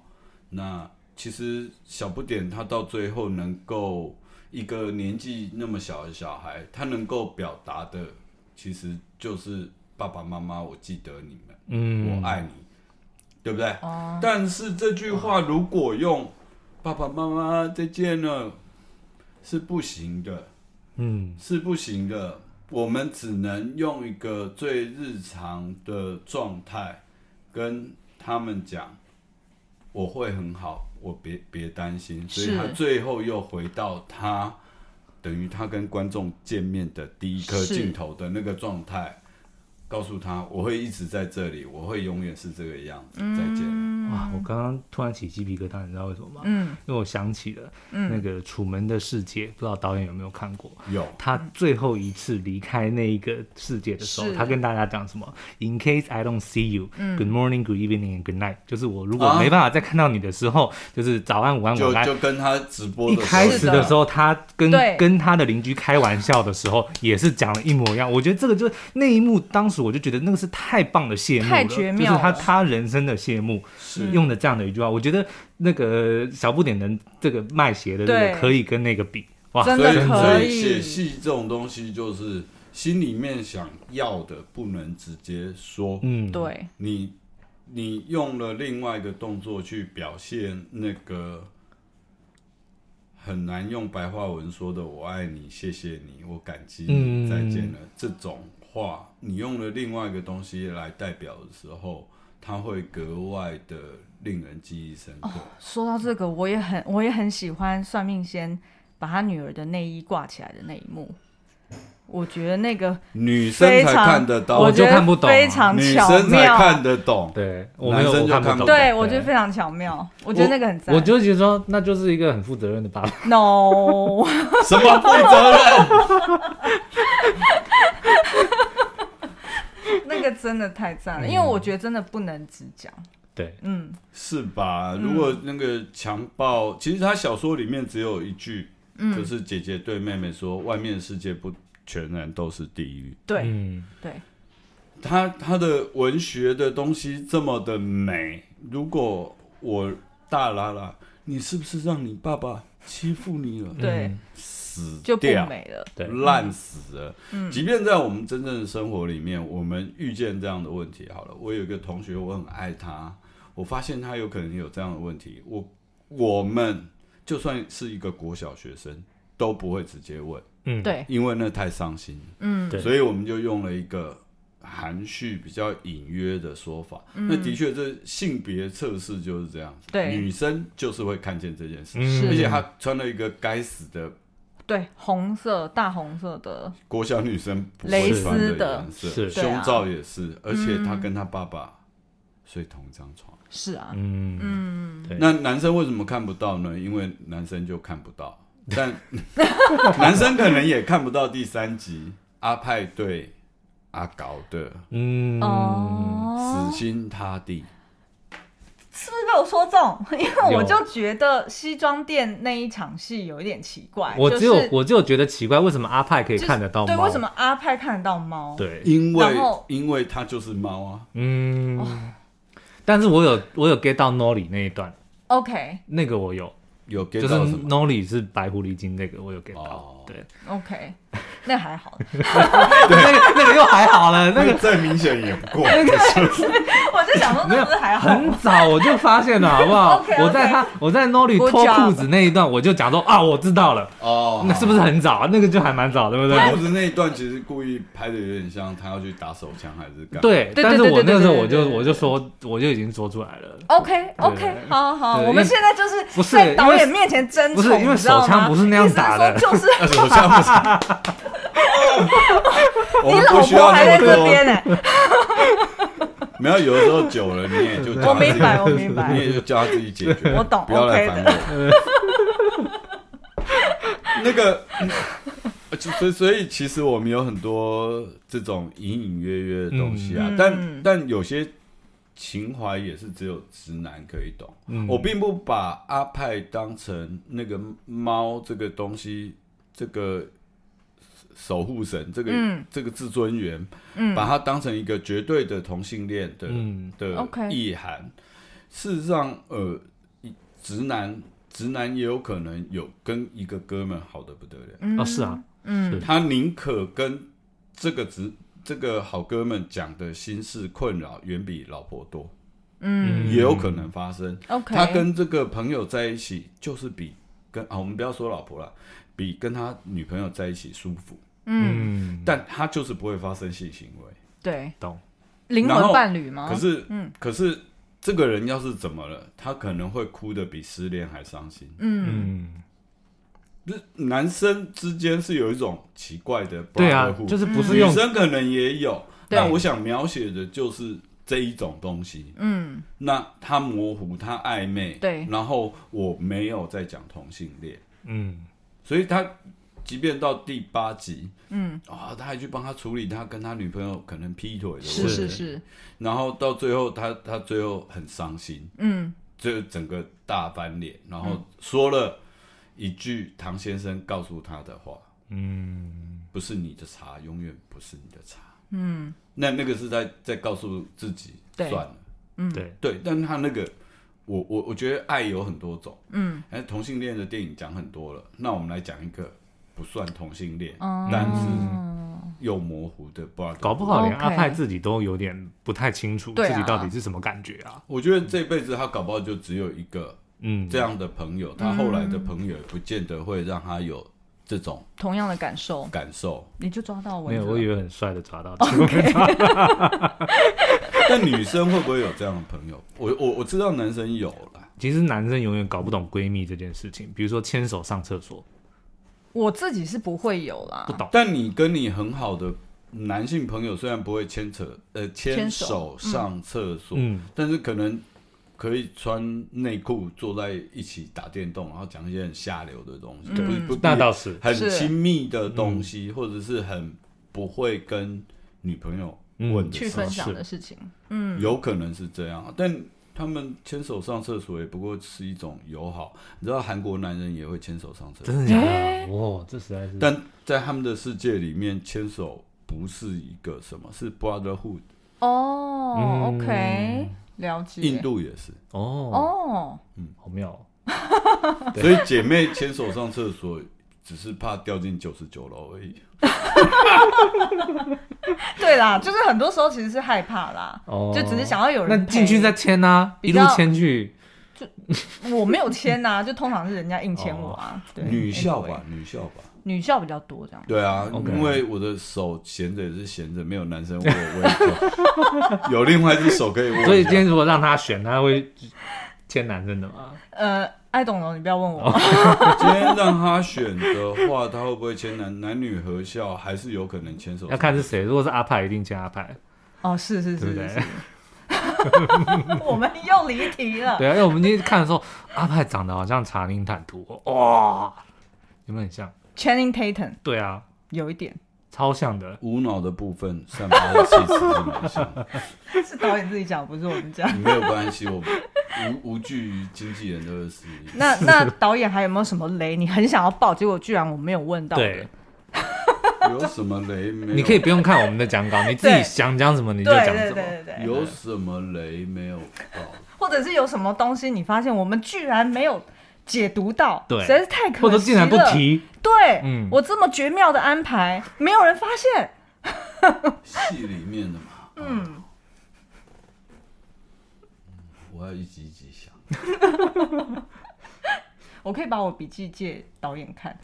[SPEAKER 3] 那其实小不点他到最后能够一个年纪那么小的小孩，他能够表达的其实就是爸爸妈妈，我记得你们，
[SPEAKER 1] 嗯
[SPEAKER 3] 我爱你，对不对？但是这句话如果用爸爸妈妈再见了，是不行的。
[SPEAKER 1] 嗯
[SPEAKER 3] 是不行的。我们只能用一个最日常的状态跟他们讲，我会很好，我别别担心。所以
[SPEAKER 2] 是
[SPEAKER 3] 他最后又回到他等于他跟观众见面的第一颗
[SPEAKER 2] 是
[SPEAKER 3] 镜头的那个状态，告诉他我会一直在这里，我会永远是这个样子。再见。
[SPEAKER 1] 哇，我刚刚突然起鸡皮疙瘩，你知道为什么吗？
[SPEAKER 2] 嗯，
[SPEAKER 1] 因为我想起了那个《楚门的世界》，不知道导演有没有看过？
[SPEAKER 3] 有
[SPEAKER 1] 他最后一次离开那一个世界的时候，
[SPEAKER 2] 嗯是嗯
[SPEAKER 1] 他跟大家讲什么？In case I don't see you,、good morning, good evening, and good night。就是我如果
[SPEAKER 3] 啊
[SPEAKER 1] 没办法再看到你的时候，就是早安、午安、
[SPEAKER 3] 就
[SPEAKER 1] 晚安
[SPEAKER 3] 就。跟他直播
[SPEAKER 1] 一
[SPEAKER 3] 的时候
[SPEAKER 1] 开始的时候，他跟
[SPEAKER 2] 对
[SPEAKER 1] 跟他的邻居开玩笑的时候，也是讲了一模一样。我觉得这个就那一幕，当时我就觉得那个是太棒的谢幕
[SPEAKER 2] 太绝妙
[SPEAKER 1] 就是他
[SPEAKER 2] 了
[SPEAKER 1] 他人生的谢幕，用的这样的一句话，我觉得那个小不点的这个卖鞋的这
[SPEAKER 2] 对
[SPEAKER 1] 个可以跟那个比，哇，
[SPEAKER 2] 真
[SPEAKER 3] 所
[SPEAKER 2] 的
[SPEAKER 3] 以，所
[SPEAKER 2] 可
[SPEAKER 3] 以写
[SPEAKER 2] 以，
[SPEAKER 3] 戏这种东西，就是心里面想要的不能直接说，
[SPEAKER 1] 嗯，
[SPEAKER 2] 对，
[SPEAKER 3] 你你用了另外一个动作去表现那个很难用白话文说的“我爱你”“谢谢你”“我感激你”“
[SPEAKER 1] 嗯
[SPEAKER 3] 再见了”这种话，你用了另外一个东西来代表的时候，它会格外的令人记忆深刻。
[SPEAKER 2] 哦说到这个，我也很我也很喜欢算命先把他女儿的内衣挂起来的那一幕，我觉得那个
[SPEAKER 3] 女生
[SPEAKER 2] 非
[SPEAKER 3] 才
[SPEAKER 2] 常，
[SPEAKER 3] 看得
[SPEAKER 2] 我
[SPEAKER 3] 到，
[SPEAKER 2] 觉
[SPEAKER 1] 就
[SPEAKER 2] 得
[SPEAKER 1] 看不懂啊
[SPEAKER 2] 非常
[SPEAKER 3] 女
[SPEAKER 2] 巧
[SPEAKER 3] 生才
[SPEAKER 2] 妙
[SPEAKER 3] 看，得懂。
[SPEAKER 1] 对，我没有
[SPEAKER 3] 男生
[SPEAKER 1] 我
[SPEAKER 3] 就
[SPEAKER 1] 看不
[SPEAKER 3] 看不
[SPEAKER 1] 懂，
[SPEAKER 3] 懂
[SPEAKER 2] 对我觉得非常巧妙，我觉得那个很赞。
[SPEAKER 1] 我就觉得说，那就是一个很负责任的爸爸。
[SPEAKER 2] no，
[SPEAKER 3] 什么负责任？
[SPEAKER 2] 那个真的太
[SPEAKER 1] 嗯
[SPEAKER 2] 赞了，因为我觉得真的不能只讲，
[SPEAKER 1] 对，
[SPEAKER 2] 嗯，
[SPEAKER 3] 是吧？如果那个强暴，其实他小说里面只有一句，
[SPEAKER 2] 嗯
[SPEAKER 3] 就是姐姐对妹妹说：“外面的世界不全然都是地狱。
[SPEAKER 2] 对、
[SPEAKER 1] 嗯，
[SPEAKER 2] 对，
[SPEAKER 3] 他”他的文学的东西这么的美，如果我大拉拉，你是不是让你爸爸欺负你了？
[SPEAKER 2] 对
[SPEAKER 3] 死
[SPEAKER 2] 就不
[SPEAKER 3] 掉。
[SPEAKER 2] 美了，
[SPEAKER 1] 对
[SPEAKER 3] 烂死了。即便在我们真正的生活里面，我们遇见这样的问题，好了，我有一个同学，我很爱他，我发现他有可能有这样的问题，我我们就算是一个国小学生，都不会直接问，
[SPEAKER 1] 嗯，
[SPEAKER 2] 对，
[SPEAKER 3] 因为那太伤心了。
[SPEAKER 2] 嗯，
[SPEAKER 1] 对
[SPEAKER 3] 所以我们就用了一个含蓄、比较隐约的说法。那的确，这性别测试就是这样子，
[SPEAKER 2] 对
[SPEAKER 3] 女生就是会看见这件事，
[SPEAKER 2] 是
[SPEAKER 3] 而且她穿了一个该死的
[SPEAKER 2] 对，红色大红色的，
[SPEAKER 3] 国小女生不会穿
[SPEAKER 2] 蕾丝的
[SPEAKER 3] 颜色，
[SPEAKER 1] 是
[SPEAKER 2] 对啊
[SPEAKER 3] 胸罩也是，而且她跟她爸爸睡同一张床。
[SPEAKER 2] 是啊，
[SPEAKER 1] 嗯嗯，对
[SPEAKER 3] 那男生为什么看不到呢？因为男生就看不到，但 男生可能也看不到第三集阿派对阿搞的
[SPEAKER 1] 嗯，
[SPEAKER 2] 哦，
[SPEAKER 3] 死心塌地。
[SPEAKER 2] 是不是被我说中？ 因为我
[SPEAKER 1] 有
[SPEAKER 2] 就觉得西装店那一场戏有一点奇怪，
[SPEAKER 1] 我只有
[SPEAKER 2] 就是、
[SPEAKER 1] 我只有觉得奇怪，为什么阿派可以
[SPEAKER 2] 就是
[SPEAKER 1] 看得到猫？
[SPEAKER 2] 对，为什么阿派看得到猫？，
[SPEAKER 1] 对，
[SPEAKER 3] 因为
[SPEAKER 2] 然后
[SPEAKER 3] 因为他就是猫啊，
[SPEAKER 2] 哦
[SPEAKER 1] 嗯，但是我有我有 get 到 Nolly 那一段，
[SPEAKER 2] ，OK
[SPEAKER 1] 那个我有，
[SPEAKER 3] 有
[SPEAKER 1] 就
[SPEAKER 3] get
[SPEAKER 1] 是
[SPEAKER 3] 到什么？
[SPEAKER 1] Nolly 是白狐狸精那个我有 get
[SPEAKER 3] 哦
[SPEAKER 1] 到，对，
[SPEAKER 2] OK，那还好，
[SPEAKER 1] 那个那个又还好了，那个
[SPEAKER 3] 再明显也不过。
[SPEAKER 2] 我就就想说
[SPEAKER 1] 没有
[SPEAKER 2] 那不是 还好
[SPEAKER 1] 很
[SPEAKER 2] 吗？
[SPEAKER 1] 早我就发现了，好不好
[SPEAKER 2] OK，OK
[SPEAKER 1] 我在他我在 Nolly
[SPEAKER 2] Good
[SPEAKER 1] 脱
[SPEAKER 2] job
[SPEAKER 1] 裤子那一段，我就假装啊，我知道了，
[SPEAKER 3] 哦，
[SPEAKER 1] 那是不
[SPEAKER 3] 是？
[SPEAKER 1] 是很早？啊那个就还蛮早，对不对？
[SPEAKER 3] 我是那一段其实故意拍的有点像他要去打手枪还是干嘛？
[SPEAKER 1] 对，
[SPEAKER 2] 对对
[SPEAKER 1] 但是
[SPEAKER 2] 对
[SPEAKER 1] 我
[SPEAKER 2] 对
[SPEAKER 1] 那时候
[SPEAKER 2] 对
[SPEAKER 1] 我就
[SPEAKER 2] 对对
[SPEAKER 1] 我就说，我就已经说出来了。
[SPEAKER 2] OK OK，
[SPEAKER 1] 对
[SPEAKER 2] 好好，
[SPEAKER 1] 对
[SPEAKER 2] 我们
[SPEAKER 1] 因为
[SPEAKER 2] 现在就是
[SPEAKER 1] 不是因
[SPEAKER 2] 在
[SPEAKER 1] 为
[SPEAKER 2] 导演面前争
[SPEAKER 1] 不
[SPEAKER 2] 宠，
[SPEAKER 1] 是因为
[SPEAKER 2] 你知道
[SPEAKER 1] 手枪
[SPEAKER 2] 吗
[SPEAKER 1] 不是那样
[SPEAKER 2] 意思
[SPEAKER 1] 打的
[SPEAKER 2] 说就是
[SPEAKER 3] 那手枪不是？ 我
[SPEAKER 2] 你
[SPEAKER 3] 们
[SPEAKER 2] 老
[SPEAKER 3] 不需要
[SPEAKER 2] 婆还
[SPEAKER 3] 那
[SPEAKER 2] 在
[SPEAKER 3] 么
[SPEAKER 2] 这边
[SPEAKER 3] 多，
[SPEAKER 2] 呢，
[SPEAKER 3] 没有，有的时候久了你也就叫
[SPEAKER 2] 我
[SPEAKER 3] 他自己
[SPEAKER 2] 明白，我明白
[SPEAKER 3] 你，也就叫他自己解决，
[SPEAKER 2] 我懂
[SPEAKER 3] 不要来
[SPEAKER 2] OK
[SPEAKER 3] 烦
[SPEAKER 2] 的。
[SPEAKER 3] 我。 那个，呃就所以所以其实我们有很多这种隐隐约约的东西啊，
[SPEAKER 2] 嗯嗯
[SPEAKER 3] 但但有些情怀也是只有直男可以懂。
[SPEAKER 1] 嗯
[SPEAKER 3] 我并不把阿派当成那个猫这个东西，这个守护神，这个、
[SPEAKER 2] 嗯
[SPEAKER 3] 这个至尊源，
[SPEAKER 2] 嗯
[SPEAKER 3] 把它当成一个绝对的同性恋的、
[SPEAKER 1] 嗯
[SPEAKER 3] 的
[SPEAKER 2] OK
[SPEAKER 3] 意涵。事实上，呃，直男直男也有可能有跟一个哥们好的不得了，
[SPEAKER 2] 嗯
[SPEAKER 1] 哦，是啊，
[SPEAKER 2] 嗯
[SPEAKER 1] 是
[SPEAKER 3] 他宁可跟这个直这个好哥们讲的心事困扰远比老婆多，
[SPEAKER 2] 嗯
[SPEAKER 3] 也有可能发生。
[SPEAKER 2] ，OK，
[SPEAKER 3] 他跟这个朋友在一起，就是比跟啊，我们不要说老婆了，比跟他女朋友在一起舒服，
[SPEAKER 2] 嗯
[SPEAKER 1] 嗯，
[SPEAKER 3] 但他就是不会发生性行为。
[SPEAKER 2] 对
[SPEAKER 1] 懂，
[SPEAKER 2] 灵
[SPEAKER 3] 然
[SPEAKER 2] 魂
[SPEAKER 3] 后
[SPEAKER 2] 伴侣
[SPEAKER 1] 啊
[SPEAKER 2] 吗？
[SPEAKER 3] 可是，
[SPEAKER 2] 嗯
[SPEAKER 3] 可是这个人要是怎么了，他可能会哭得比失恋还伤心。
[SPEAKER 2] 嗯
[SPEAKER 1] 嗯，
[SPEAKER 3] 就是男生之间是有一种奇怪的
[SPEAKER 1] 对啊
[SPEAKER 3] brotherhood，，
[SPEAKER 1] 就是不
[SPEAKER 2] 嗯
[SPEAKER 1] 是
[SPEAKER 3] 女
[SPEAKER 1] 用
[SPEAKER 3] 生可能也有，
[SPEAKER 2] 对
[SPEAKER 3] 但我想描写的就是这一种东西。
[SPEAKER 2] 嗯
[SPEAKER 3] 那他模糊，他暧昧，
[SPEAKER 2] 对
[SPEAKER 3] 然后我没有在讲同性恋。
[SPEAKER 1] 嗯
[SPEAKER 3] 所以他即便到第八集
[SPEAKER 2] 嗯，
[SPEAKER 3] 啊，他还去帮他处理他跟他女朋友可能劈腿的问题，
[SPEAKER 2] 是是是，
[SPEAKER 3] 然后到最后他他最后很伤心，
[SPEAKER 2] 嗯
[SPEAKER 3] 就整个大翻脸，然后说了一句唐先生告诉他的话：
[SPEAKER 1] 嗯，
[SPEAKER 3] 不是你的茶，永远不是你的茶。
[SPEAKER 2] 嗯
[SPEAKER 3] 那那个是在在告诉自己
[SPEAKER 2] 对
[SPEAKER 3] 算了，
[SPEAKER 1] 对，
[SPEAKER 3] 对，但他那个。我我我觉得爱有很多种，
[SPEAKER 2] 嗯
[SPEAKER 3] 哎，同性恋的电影讲很多了，那我们来讲一个不算同性恋，
[SPEAKER 2] 哦
[SPEAKER 3] 但是
[SPEAKER 1] 嗯
[SPEAKER 3] 又模糊的 b r
[SPEAKER 1] 搞不好连
[SPEAKER 2] OK
[SPEAKER 1] 阿派自己都有点不太清楚
[SPEAKER 2] 对
[SPEAKER 1] 自
[SPEAKER 2] 啊
[SPEAKER 1] 己到底是什么感觉啊。
[SPEAKER 3] 我觉得这辈子他搞不好就只有一个
[SPEAKER 1] 嗯，
[SPEAKER 3] 这样的朋友，他后来的朋友也不见得会让他有这种
[SPEAKER 2] 同样的感受，
[SPEAKER 3] 感受。
[SPEAKER 2] 你就抓到我
[SPEAKER 1] 没有，我以为很帅的抓到，
[SPEAKER 3] 但女生会不会有这样的朋友？我我我知道男生有啦，
[SPEAKER 1] 其实男生永远搞不懂闺蜜这件事情，比如说牵手上厕所，
[SPEAKER 2] 我自己是不会有啦，
[SPEAKER 1] 不懂。
[SPEAKER 3] 但你跟你很好的男性朋友虽然不会牵扯呃牵
[SPEAKER 2] 牵手
[SPEAKER 3] 手上厕所，
[SPEAKER 1] 嗯，
[SPEAKER 3] 但是可能可以穿内裤坐在一起打电动，然后讲一些很下流的东西，
[SPEAKER 2] 嗯
[SPEAKER 3] 不是不
[SPEAKER 1] 那倒是，
[SPEAKER 3] 很
[SPEAKER 2] 是
[SPEAKER 3] 亲密的东西，或者是很不会跟女朋友问的
[SPEAKER 2] 去
[SPEAKER 3] 事
[SPEAKER 2] 分
[SPEAKER 3] 情，
[SPEAKER 2] 享的事情，嗯
[SPEAKER 3] 有可能是这样。啊但他们牵手上厕所也不过是一种友好，你知道韩国男人也会牵手上厕所，
[SPEAKER 1] 真的假
[SPEAKER 2] 哎
[SPEAKER 1] 的？哇，这实在是。
[SPEAKER 3] 但在他们的世界里面，牵手不是一个什么，是 brotherhood。
[SPEAKER 2] 哦
[SPEAKER 1] 嗯
[SPEAKER 2] ，OK，了
[SPEAKER 3] 印
[SPEAKER 2] 解，
[SPEAKER 3] 度也 是，
[SPEAKER 1] 哦，
[SPEAKER 2] 哦，
[SPEAKER 1] 好妙哦，
[SPEAKER 3] 所以姐妹牵手上厕所只是怕掉进九十九楼而已。
[SPEAKER 2] 对啦，就是很多时候其实是害怕啦，
[SPEAKER 1] 哦
[SPEAKER 2] 就只是想要有
[SPEAKER 1] 那
[SPEAKER 2] 人
[SPEAKER 1] 进去
[SPEAKER 2] 陪
[SPEAKER 1] 再牵啊，
[SPEAKER 2] 比
[SPEAKER 1] 一
[SPEAKER 2] 较
[SPEAKER 1] 路牵去。
[SPEAKER 2] 我没有签呐、 就通常是人家硬签我啊。
[SPEAKER 1] 哦
[SPEAKER 2] 对，
[SPEAKER 3] 女校吧
[SPEAKER 2] anyway，，
[SPEAKER 3] 女校吧。
[SPEAKER 2] 女校比较多这样。
[SPEAKER 3] 对啊
[SPEAKER 1] OK
[SPEAKER 3] 因为我的手闲着也是闲着，没有男生握，我也就 有另外一只手可以
[SPEAKER 2] 嗯
[SPEAKER 3] 握。
[SPEAKER 1] 所以今天如果让他选，他会牵男生的吗？
[SPEAKER 2] 呃，爱懂了，你不要问我。
[SPEAKER 3] 今天让他选的话，他会不会牵男男女合校，还是有可能牵手？
[SPEAKER 1] 要看是谁。如果是阿派，一定牵阿派，
[SPEAKER 2] 哦，是是
[SPEAKER 1] 对
[SPEAKER 2] 是
[SPEAKER 1] 不对
[SPEAKER 2] 是，？ 我们又离题 了。
[SPEAKER 1] 对啊，因为我们今天看的时候，阿派长得好像查宁坦图哦哇、有没有很像？
[SPEAKER 2] Channing Tatum
[SPEAKER 1] 对啊，
[SPEAKER 2] 有一 点
[SPEAKER 1] 超像的。
[SPEAKER 3] 无脑的部分散发的气质是蛮像的，
[SPEAKER 2] 是导演自己讲，不是我 们讲。
[SPEAKER 3] 没有关系，我 无无惧于经纪人的恶势力。
[SPEAKER 2] 那那导演还有没有什么雷？你很想要爆，结果居然我没有问到
[SPEAKER 1] 对
[SPEAKER 2] 的。，
[SPEAKER 3] 有什么雷没有？
[SPEAKER 1] 你可以不用看我们的讲稿，你自己
[SPEAKER 2] 对
[SPEAKER 1] 想讲什么你就
[SPEAKER 2] 对
[SPEAKER 1] 讲
[SPEAKER 2] 对
[SPEAKER 1] 什
[SPEAKER 2] 对
[SPEAKER 1] 么。
[SPEAKER 2] 对对，
[SPEAKER 3] 有什么雷没有爆？
[SPEAKER 2] 或者是有什么东西你发现我们居然没有解读到，
[SPEAKER 1] 对
[SPEAKER 2] 实在是太可惜
[SPEAKER 1] 或
[SPEAKER 2] 了。
[SPEAKER 1] 者竟然不提，
[SPEAKER 2] 对，
[SPEAKER 1] 嗯
[SPEAKER 2] 我这么绝妙的安排，没有人发现。
[SPEAKER 3] 啊嗯戏里面的嘛，嗯，我要一集一集想。
[SPEAKER 2] 我可以把我笔记借导演看。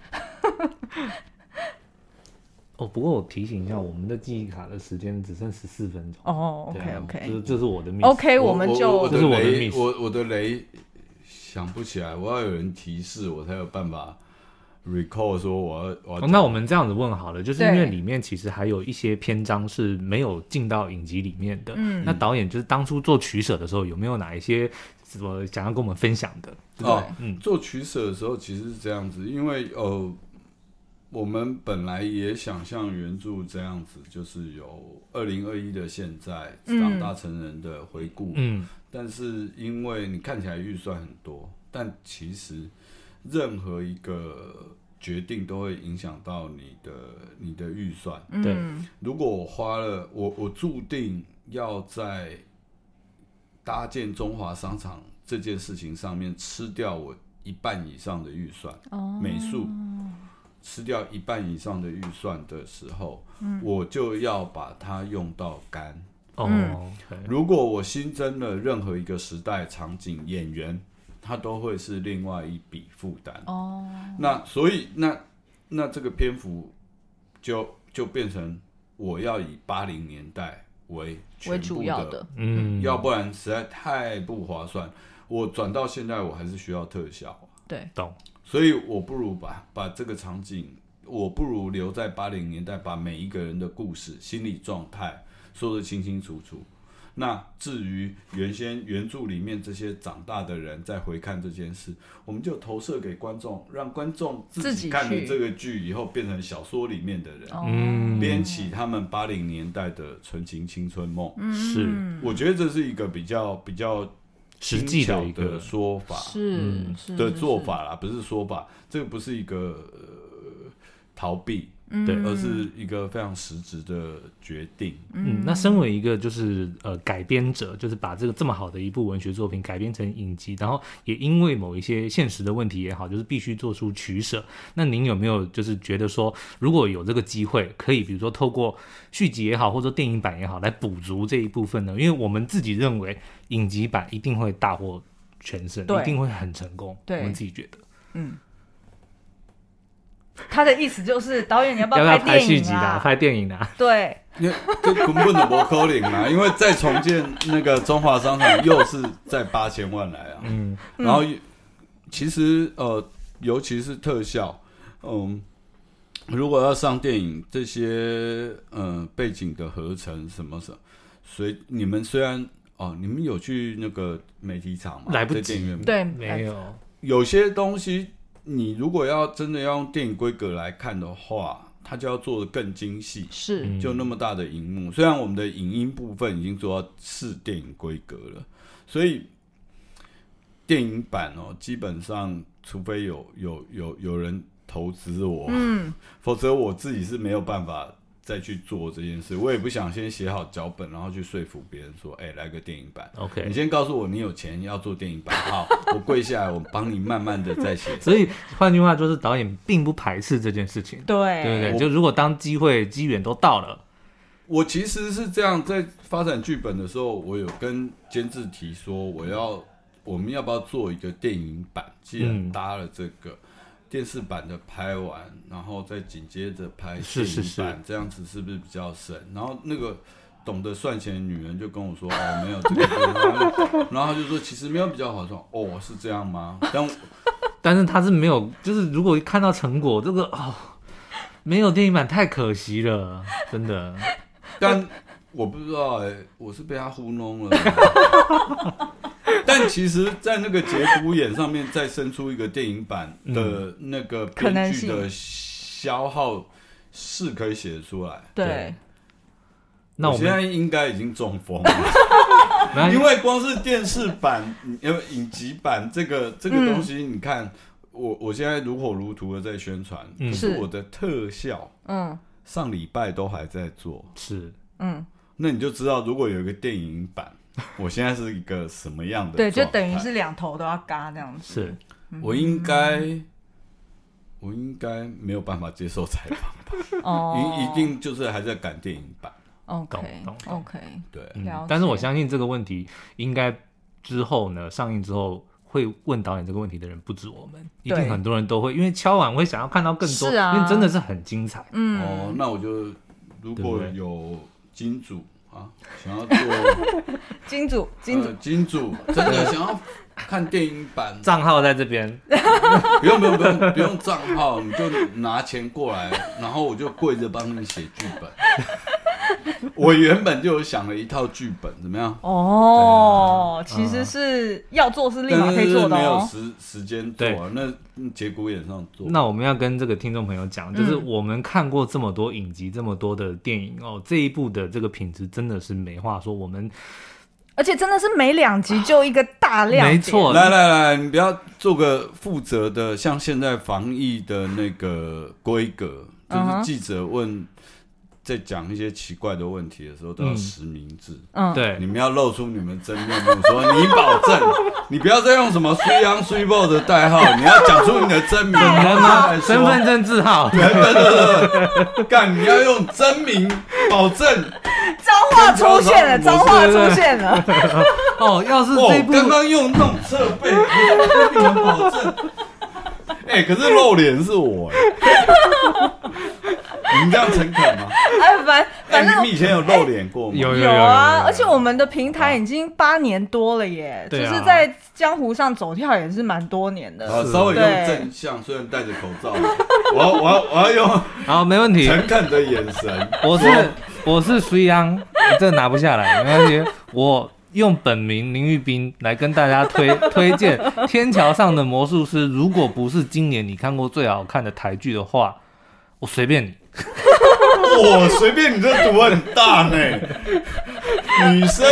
[SPEAKER 1] 哦，不过我提醒一下，我们的记忆卡的时间只剩十四分钟。
[SPEAKER 2] 哦，OK
[SPEAKER 3] 对啊
[SPEAKER 1] 这是
[SPEAKER 2] OK
[SPEAKER 1] 这是我的命。
[SPEAKER 2] OK，我哎
[SPEAKER 3] 我
[SPEAKER 2] 们
[SPEAKER 3] 我
[SPEAKER 2] 就
[SPEAKER 3] 的
[SPEAKER 1] 这是我的
[SPEAKER 3] 雷，
[SPEAKER 1] miss
[SPEAKER 3] 我我的雷想不起来，我要有人提示，我才有办法 recall 说我要我要
[SPEAKER 1] 哦、那我们这样子问好了，就是因为
[SPEAKER 2] 对
[SPEAKER 1] 里面其实还有一些篇章是没有进到影集里面的。嗯，那导演就是当初做取舍的时候，有没有哪一些什么想要跟我们分享的？
[SPEAKER 3] 哦，
[SPEAKER 1] 嗯
[SPEAKER 3] 做取舍的时候其实是这样子，因为呃，我们本来也想像原著这样子，就是有二零二一的现在长
[SPEAKER 2] 嗯
[SPEAKER 3] 大成人的回顾，
[SPEAKER 1] 嗯，
[SPEAKER 3] 但是因为你看起来预算很多，但其实任何一个决定都会影响到你的你的预算，
[SPEAKER 2] 嗯
[SPEAKER 1] 对，
[SPEAKER 3] 如果我花了，我我注定要在搭建中华商场这件事情上面吃掉我一半以上的预算，美术吃掉一半以上的预算的时候，我就要把它用到干。
[SPEAKER 1] 哦，
[SPEAKER 2] 嗯
[SPEAKER 3] 如果我新增了任何一个时代场景、演员，它都会是另外一笔负担。
[SPEAKER 2] 哦，
[SPEAKER 3] 那所以那那这个篇幅就就变成我要以八零年代为全
[SPEAKER 2] 为
[SPEAKER 3] 部
[SPEAKER 2] 主要
[SPEAKER 3] 的
[SPEAKER 2] 的，，
[SPEAKER 1] 嗯，
[SPEAKER 3] 要不然实在太不划算。我转到现在，我还是需要特效啊，
[SPEAKER 2] 对，
[SPEAKER 1] 懂，
[SPEAKER 3] 所以我不如把把这个场景，我不如留在八零年代，把每一个人的故事、心理状态说得清清楚楚。那至于原先原著里面这些长大的人在回看这件事，我们就投射给观众，让观众自
[SPEAKER 2] 自
[SPEAKER 3] 己
[SPEAKER 2] 己
[SPEAKER 3] 看了
[SPEAKER 2] 去
[SPEAKER 3] 这个剧以后变成小说里面的人，
[SPEAKER 2] 嗯，
[SPEAKER 3] 编起他们八零年代的纯情青春梦。
[SPEAKER 2] 嗯
[SPEAKER 1] 是
[SPEAKER 3] 我觉得这是一个比较比较
[SPEAKER 1] 实际
[SPEAKER 3] 轻巧
[SPEAKER 1] 的
[SPEAKER 3] 的
[SPEAKER 1] 一个
[SPEAKER 3] 说法
[SPEAKER 1] 嗯
[SPEAKER 2] 是是
[SPEAKER 3] 的做，
[SPEAKER 2] 是
[SPEAKER 3] 法啦，不是说法，这个不是一个、呃、逃避，
[SPEAKER 2] 嗯
[SPEAKER 1] 对
[SPEAKER 3] 而是一个非常实质的决定。
[SPEAKER 1] 嗯，那身为一个就是呃改编者，就是把这个这么好的一部文学作品改编成影集，然后也因为某一些现实的问题也好，就是必须做出取舍。那您有没有就是觉得说，如果有这个机会，可以比如说透过续集也好，或者说电影版也好，来补足这一部分
[SPEAKER 2] 嗯
[SPEAKER 1] 呢？因为我们自己认为影集版一定会大获全胜，
[SPEAKER 2] 对
[SPEAKER 1] 一定会很成功。
[SPEAKER 2] 对
[SPEAKER 1] 我们自己觉得。
[SPEAKER 2] 他的意思就是导演你要不
[SPEAKER 1] 要不要拍
[SPEAKER 2] 拍
[SPEAKER 1] 续
[SPEAKER 2] 电
[SPEAKER 1] 集
[SPEAKER 2] 影
[SPEAKER 1] 的啊？
[SPEAKER 2] 啊？
[SPEAKER 1] 拍电影的啊？
[SPEAKER 2] 对，
[SPEAKER 3] 那这根本的不可能啊！因为再重建那个中华商场又是在八千万来啊，嗯，然后其实呃，尤其是特效，嗯，如果要上电影，这些呃背景的合成什么什么，所以你们虽然哦，你们有去那个媒体场吗？
[SPEAKER 1] 来不及
[SPEAKER 3] 在电影院吗
[SPEAKER 2] 对，
[SPEAKER 1] 没有，
[SPEAKER 3] 有些东西，你如果要真的要用电影规格来看的话，它就要做的更精细。
[SPEAKER 1] 嗯
[SPEAKER 2] 是，
[SPEAKER 3] 就那么大的荧幕，虽然我们的影音部分已经做到是电影规格了，所以电影版哦，基本上除非有有有有人投资我，嗯，否则我自己是没有办法再去做这件事。我也不想先写好脚本，然后去说服别人说，哎、来个电影版。
[SPEAKER 1] OK
[SPEAKER 3] 你先告诉我你有钱要做电影版，好，我跪下来，我帮你慢慢的 再写。
[SPEAKER 1] 所以换句话说，是导演并不排斥这件事情。
[SPEAKER 2] 对
[SPEAKER 1] 对不对？
[SPEAKER 3] 我
[SPEAKER 1] 就如果当机会机缘都到了，
[SPEAKER 3] 我其实是这样，在发展剧本的时候，我有跟监制提说，我要我们要不要做一个电影版？既然
[SPEAKER 1] 嗯
[SPEAKER 3] 搭了这个、电视版的拍完，然后再紧接着拍
[SPEAKER 1] 是是
[SPEAKER 3] 电影版这样子是不是比较省？然后那个懂得算钱的女人就跟我说：“哦，没有 这个。”然后她就说：“其实没有比较好算。”哦，是这样吗？但
[SPEAKER 1] 但是他是没有，就是如果看到成果，这个哦，没有电影版太可惜了，真 的。
[SPEAKER 3] 但我不知道哎、我是被他糊 弄了。但其实，在那个节骨眼上面，再生出一个电影版
[SPEAKER 1] 嗯
[SPEAKER 3] 的那个
[SPEAKER 2] 可能
[SPEAKER 3] 编剧的
[SPEAKER 2] 性
[SPEAKER 3] 消耗是可以写得出来。
[SPEAKER 2] 对
[SPEAKER 1] 对，那我
[SPEAKER 3] 现
[SPEAKER 1] 们
[SPEAKER 3] 在应该已经中风 了，
[SPEAKER 1] 没
[SPEAKER 3] 因
[SPEAKER 1] 有
[SPEAKER 3] 为光是电视版、因为影集版这个这个东西，你看，我我现在如火如荼的在宣传，
[SPEAKER 1] 嗯
[SPEAKER 3] 可是
[SPEAKER 2] 是
[SPEAKER 3] 我的特效
[SPEAKER 2] 嗯
[SPEAKER 3] 上礼拜都还在做，
[SPEAKER 1] 是
[SPEAKER 2] 嗯，
[SPEAKER 3] 那你就知道，如果有一个电影版，我现在是一个什么样的
[SPEAKER 2] 对，就
[SPEAKER 3] 状态
[SPEAKER 2] 等于是两头都要嘎这样 子，
[SPEAKER 1] 是，
[SPEAKER 3] 我应该，我应该没有办法接受采访，
[SPEAKER 2] 哦，
[SPEAKER 3] 一一定就是还在赶电影版。
[SPEAKER 2] OK
[SPEAKER 1] 懂懂
[SPEAKER 2] OK，
[SPEAKER 3] 对，
[SPEAKER 1] 嗯
[SPEAKER 2] 了解，
[SPEAKER 1] 但是我相信这个问题应该之后呢，上映之后会问导演这个问题的人不止我们，一
[SPEAKER 2] 对
[SPEAKER 1] 定很多人都会，因为敲碗会想要看到更多，
[SPEAKER 2] 是啊嗯
[SPEAKER 1] 因为真的是很精彩。
[SPEAKER 3] 哦，那我就如
[SPEAKER 1] 对不
[SPEAKER 3] 果
[SPEAKER 1] 对
[SPEAKER 3] 有金主啊，想要做
[SPEAKER 2] 金主，金主
[SPEAKER 3] 呃、金主真的想要看电影版，
[SPEAKER 1] 账号在这边，
[SPEAKER 3] 不用不用不用不用账号，你就拿钱过来，然后我就跪着帮你写剧本。我原本就有想了一套剧本，怎么样？
[SPEAKER 1] 啊
[SPEAKER 2] 哦，其实
[SPEAKER 1] 嗯
[SPEAKER 2] 是要做是立马
[SPEAKER 3] 但
[SPEAKER 2] 可以
[SPEAKER 3] 是
[SPEAKER 2] 做的
[SPEAKER 3] 没有
[SPEAKER 2] 哦。
[SPEAKER 3] 时时间做啊，那嗯节骨眼上做。
[SPEAKER 1] 那我们要跟这个听众朋友讲，就是我们看过这么多影集，这么多的电影哦，这一部的这个品质真的是没话说。我们
[SPEAKER 2] 而且真的是每两集就一个大量，
[SPEAKER 1] 没错，
[SPEAKER 3] 来来来，你不要做个负责的，像现在防疫的那个规格，就
[SPEAKER 2] 嗯哼
[SPEAKER 3] 是记者问，在讲一些奇怪的问题的时候都要
[SPEAKER 1] 嗯
[SPEAKER 3] 实名制。
[SPEAKER 2] 嗯，
[SPEAKER 3] 你
[SPEAKER 1] 对，
[SPEAKER 3] 们要露出你们真面目，说你保证， 你不要再用什么“虽阳虽报”的代号，你要讲出你的真名，
[SPEAKER 1] 你能 吗？
[SPEAKER 3] 再说
[SPEAKER 1] 身份证字 号，
[SPEAKER 3] 干，你要用真名保证。
[SPEAKER 2] 脏话出现了，
[SPEAKER 3] 跟
[SPEAKER 2] 脏
[SPEAKER 3] 高中
[SPEAKER 2] 话
[SPEAKER 1] 模式
[SPEAKER 2] 出现了，
[SPEAKER 1] 哦，要是这
[SPEAKER 3] 哦
[SPEAKER 1] 一，部
[SPEAKER 3] 刚刚用那种设备，你们 保证。哎、可是露脸是我、哎，你们这样诚恳吗？
[SPEAKER 2] 哎，反
[SPEAKER 3] 哎、
[SPEAKER 2] 反正
[SPEAKER 3] 你们以前有露脸过吗？
[SPEAKER 1] 有有
[SPEAKER 2] 啊，
[SPEAKER 1] 有
[SPEAKER 2] 而且我们的平台已经八年多了耶，就
[SPEAKER 1] 对啊
[SPEAKER 2] 是在江湖上走跳也是蛮多年
[SPEAKER 3] 啊
[SPEAKER 2] 的。，
[SPEAKER 3] 稍微用正向，虽然戴着口罩，我要我要我要 用
[SPEAKER 1] 好，没问题。
[SPEAKER 3] 诚恳的眼神。
[SPEAKER 1] 我是我是隋阳，你这拿不下来没关系。我用本名林玉斌来跟大家推 推荐《天桥上的魔术师》。如果不是今年你看过最好看的台剧的话，我随便你。
[SPEAKER 3] 哇，随便你这赌很大呢、女生，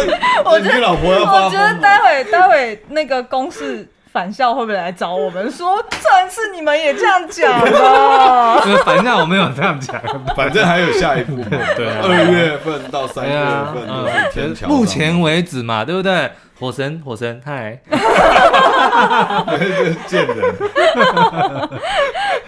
[SPEAKER 2] 我
[SPEAKER 3] 你
[SPEAKER 2] 觉得
[SPEAKER 3] 老婆要发
[SPEAKER 2] 我觉得
[SPEAKER 3] 疯
[SPEAKER 2] 待
[SPEAKER 3] 了。
[SPEAKER 2] 会待会那个公式返校会不会来找我们说，上一次你们也这样讲 啊的？
[SPEAKER 1] 因为反正我没有这样讲，
[SPEAKER 3] 反正还有下一步嘛，
[SPEAKER 1] 对啊
[SPEAKER 3] 二月份到三
[SPEAKER 1] 哎
[SPEAKER 3] 月
[SPEAKER 1] 呀
[SPEAKER 3] 份
[SPEAKER 1] 嗯
[SPEAKER 3] 就是天桥上。
[SPEAKER 1] 目前为止嘛，对不对？火神，火神，嗨，
[SPEAKER 3] 见人。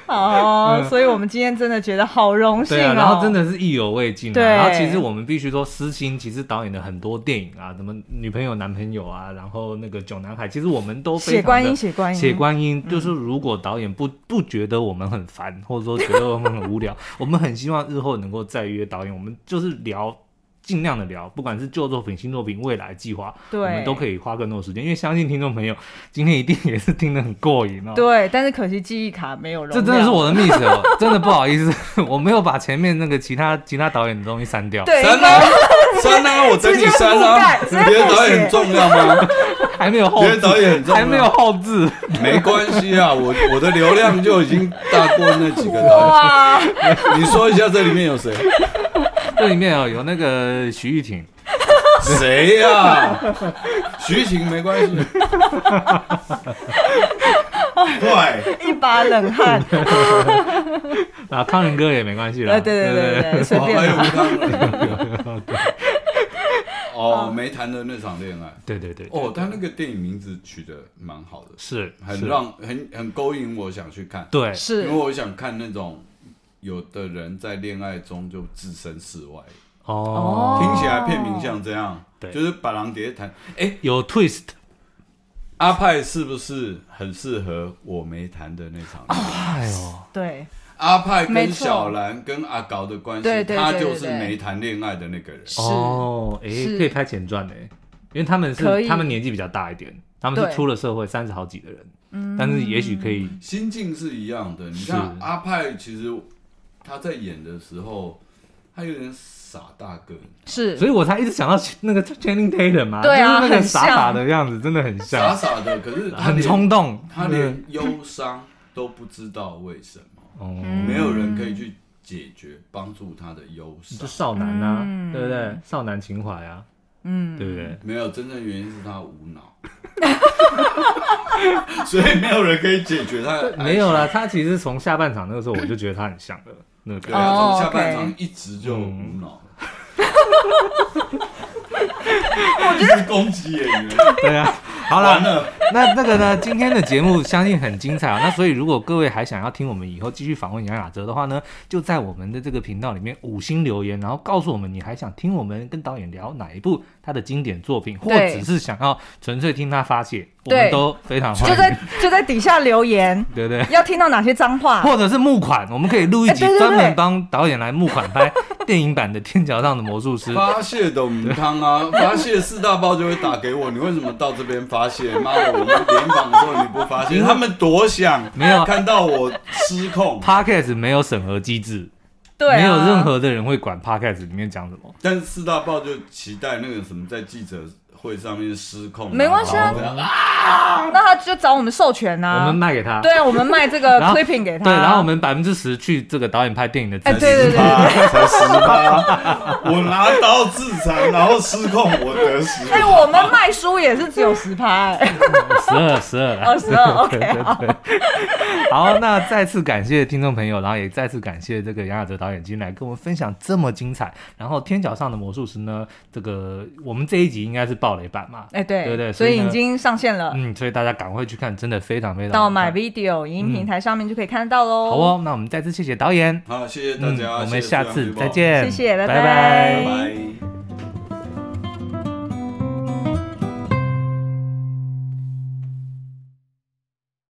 [SPEAKER 2] 哦，所以我们今天真的觉得好荣
[SPEAKER 1] 嗯
[SPEAKER 2] 幸
[SPEAKER 1] 对啊，
[SPEAKER 2] 哦，
[SPEAKER 1] 然后真的是意犹未尽、啊。
[SPEAKER 2] 对
[SPEAKER 1] 然后其实我们必须说，私心其实导演的很多电影啊，什么女朋友、男朋友啊，然后那个囧男孩，其实我们都非
[SPEAKER 2] 写
[SPEAKER 1] 常
[SPEAKER 2] 观
[SPEAKER 1] 地
[SPEAKER 2] 音，写观音，嗯
[SPEAKER 1] 写观音，就是如果导演不不觉得我们很烦，或者说觉得我们很无聊， 我们很希望日后能够再约导演，我们就是聊。尽量的聊，不管是旧作品、新作品、未来计划，
[SPEAKER 2] 对
[SPEAKER 1] 我们都可以花更多的时间，因为相信听众朋友今天一定也是听得很过瘾哦。，
[SPEAKER 2] 对，但是可惜记忆卡没有容
[SPEAKER 1] 这
[SPEAKER 2] 量。
[SPEAKER 1] 真的是我的 miss 哦，真的不好意思，我没有把前面那个其他其他导演的东西删掉，
[SPEAKER 2] 对，
[SPEAKER 3] 删
[SPEAKER 2] 应该
[SPEAKER 3] 啊，删啊，我等你删啊！
[SPEAKER 2] 直
[SPEAKER 3] 你
[SPEAKER 2] 接覆盖
[SPEAKER 3] 觉得导演很重要吗？
[SPEAKER 1] 还没有后
[SPEAKER 3] 觉得导演很
[SPEAKER 1] 置，
[SPEAKER 3] 重
[SPEAKER 1] 还没有
[SPEAKER 3] 要？
[SPEAKER 1] 后置，
[SPEAKER 3] 没关系啊，我我的流量就已经大过那几个导
[SPEAKER 2] 哇，
[SPEAKER 3] 演。你说一下这里面有谁？
[SPEAKER 1] 这里面哦有那个徐玉婷，
[SPEAKER 3] 谁呀？徐晴没关 系。快，
[SPEAKER 2] 一把 冷汗。呃
[SPEAKER 1] 啊康仁哥也没关系啦，
[SPEAKER 2] 对对对对对，随
[SPEAKER 3] 哦，还有
[SPEAKER 2] 便。
[SPEAKER 3] 吴康仁。
[SPEAKER 2] 嗯
[SPEAKER 3] 哦，没谈的那场恋爱。
[SPEAKER 1] 对对对对，
[SPEAKER 3] 哦，他那个电影名字取得蛮好的，
[SPEAKER 1] 是
[SPEAKER 3] 很
[SPEAKER 1] 是
[SPEAKER 3] 让很很勾引我想去看。
[SPEAKER 1] 对
[SPEAKER 2] 是
[SPEAKER 3] 因为我想看那种有的人在恋爱中就置身事外，
[SPEAKER 2] 哦
[SPEAKER 3] 听起来片名像这样，
[SPEAKER 1] 对
[SPEAKER 3] 就是把狼蝶谈。哎，
[SPEAKER 1] 有 twist，
[SPEAKER 3] 阿派是不是很适合我没谈的那场
[SPEAKER 2] 哦
[SPEAKER 3] 恋爱？
[SPEAKER 1] 哎呦，
[SPEAKER 2] 对，
[SPEAKER 3] 阿派
[SPEAKER 2] 没
[SPEAKER 3] 跟
[SPEAKER 2] 错
[SPEAKER 3] 小兰跟阿搞的关系，
[SPEAKER 2] 对对对
[SPEAKER 3] 他就是
[SPEAKER 2] 对对
[SPEAKER 3] 没谈恋爱的那个人。
[SPEAKER 2] 是
[SPEAKER 1] 哦，哎，
[SPEAKER 2] 是
[SPEAKER 1] 可以拍前传哎，因为他们
[SPEAKER 2] 可以
[SPEAKER 1] 是他们年纪比较大一点，他们
[SPEAKER 2] 对嗯
[SPEAKER 1] 是出了社会三十好几的人，但是也许可以，
[SPEAKER 3] 心境是一样的。你看阿派，其实他在演的时候，他有点傻大个，
[SPEAKER 2] 是
[SPEAKER 1] 所以我才一直想到那个 Channing Tatum 嘛，
[SPEAKER 2] 对啊
[SPEAKER 1] 就是那个
[SPEAKER 2] 很
[SPEAKER 1] 傻
[SPEAKER 2] 像
[SPEAKER 1] 傻的样子，真的很像，
[SPEAKER 3] 傻傻的，可是他
[SPEAKER 1] 很
[SPEAKER 3] 连
[SPEAKER 1] 冲动，
[SPEAKER 3] 他
[SPEAKER 1] 对
[SPEAKER 3] 连忧伤都不知道为什么。
[SPEAKER 1] 哦，
[SPEAKER 2] 嗯
[SPEAKER 3] 没有人可以去解决帮助他的忧
[SPEAKER 1] 就
[SPEAKER 3] 伤。
[SPEAKER 1] 少男
[SPEAKER 2] 嗯
[SPEAKER 1] 啊，对不对？少男情怀啊，嗯，对不对？
[SPEAKER 3] 没有，真正原因是他无脑， 所以没有人可以解决他的。
[SPEAKER 1] 没有啦，他其实从下半场那个时候我就觉得他很像的那个
[SPEAKER 3] 对
[SPEAKER 1] 感觉，
[SPEAKER 3] 啊，
[SPEAKER 2] 哦
[SPEAKER 3] 从下半
[SPEAKER 2] OK
[SPEAKER 3] 场一直就无脑。
[SPEAKER 1] 嗯
[SPEAKER 3] 我攻击演员，
[SPEAKER 1] 对啊，好啦
[SPEAKER 3] 完，了，
[SPEAKER 1] 那那个呢？今天的节目相信很精彩啊。那 所以，如果各位还想要听我们以后继续访问杨雅哲的话呢，就在我们的这个频道里面五星留言，然后告诉我们你还想听我们跟导演聊哪一部，他的经典作品，或
[SPEAKER 2] 对
[SPEAKER 1] 只是想要纯粹听他发泄，我
[SPEAKER 2] 对
[SPEAKER 1] 们都非常欢
[SPEAKER 2] 就
[SPEAKER 1] 迎
[SPEAKER 2] 在，就在底下留言，
[SPEAKER 1] 对不对？
[SPEAKER 2] 要听到哪些脏话？
[SPEAKER 1] 或者是募 款，我们可以录一集
[SPEAKER 2] 哎对对对
[SPEAKER 1] 专门帮导演来募款拍电影版的《天桥上的魔术师》。
[SPEAKER 3] 发泄的母汤 啊，发泄四大包就会打给我，你为什么到这边发泄？妈的，我们联访的时候你不发泄，他们多想
[SPEAKER 1] 没有啊
[SPEAKER 3] 看到我失控，
[SPEAKER 1] Podcast 没有审核机制，
[SPEAKER 2] 对、啊，
[SPEAKER 1] 没有任何的人会管 Podcast 里面讲什么。
[SPEAKER 3] 但是四大报就期待那个什么在记者会上面失控，哦
[SPEAKER 2] 没关系啊
[SPEAKER 3] 然后这样
[SPEAKER 2] 那他就找我们授权呐、
[SPEAKER 1] 我
[SPEAKER 2] 啊。
[SPEAKER 1] 们卖给他，
[SPEAKER 2] 对啊，我们卖这个
[SPEAKER 1] 然后
[SPEAKER 2] clipping 给他。
[SPEAKER 1] 对，然后我们百分之十去这个导演拍电影的
[SPEAKER 2] 哎
[SPEAKER 1] 资
[SPEAKER 2] 对
[SPEAKER 1] 金。
[SPEAKER 2] 对对对
[SPEAKER 3] 才十八， 我拿刀自残，然后失控，我得十
[SPEAKER 2] 哎、我们卖书也是只有十趴、哎，
[SPEAKER 1] 十二十二
[SPEAKER 2] 哦12哦 OK，
[SPEAKER 1] 好，那再次感谢听众朋友，然后也再次感谢这个杨雅哲导演今天来跟我们分享这么精彩。然后《天桥上的魔术师》呢，这个我们这一集应该是暴雷版嘛？
[SPEAKER 2] 哎、对
[SPEAKER 1] 对对所
[SPEAKER 2] 所以
[SPEAKER 1] 以呢
[SPEAKER 2] 已经上线了，
[SPEAKER 1] 嗯，所以大家赶快去看，真的非常非常
[SPEAKER 2] 到
[SPEAKER 1] 好看
[SPEAKER 2] My Video 影音平台上面就可以看得到
[SPEAKER 1] 嗯
[SPEAKER 2] 喽。
[SPEAKER 1] 好哦，那我们再次谢谢导演，
[SPEAKER 3] 好，谢谢大家，
[SPEAKER 1] 嗯我
[SPEAKER 3] 谢谢
[SPEAKER 1] 们下
[SPEAKER 3] 苏阳
[SPEAKER 1] 次
[SPEAKER 3] 日报
[SPEAKER 1] 再，见，
[SPEAKER 2] 谢谢拜
[SPEAKER 1] 拜
[SPEAKER 3] 拜拜。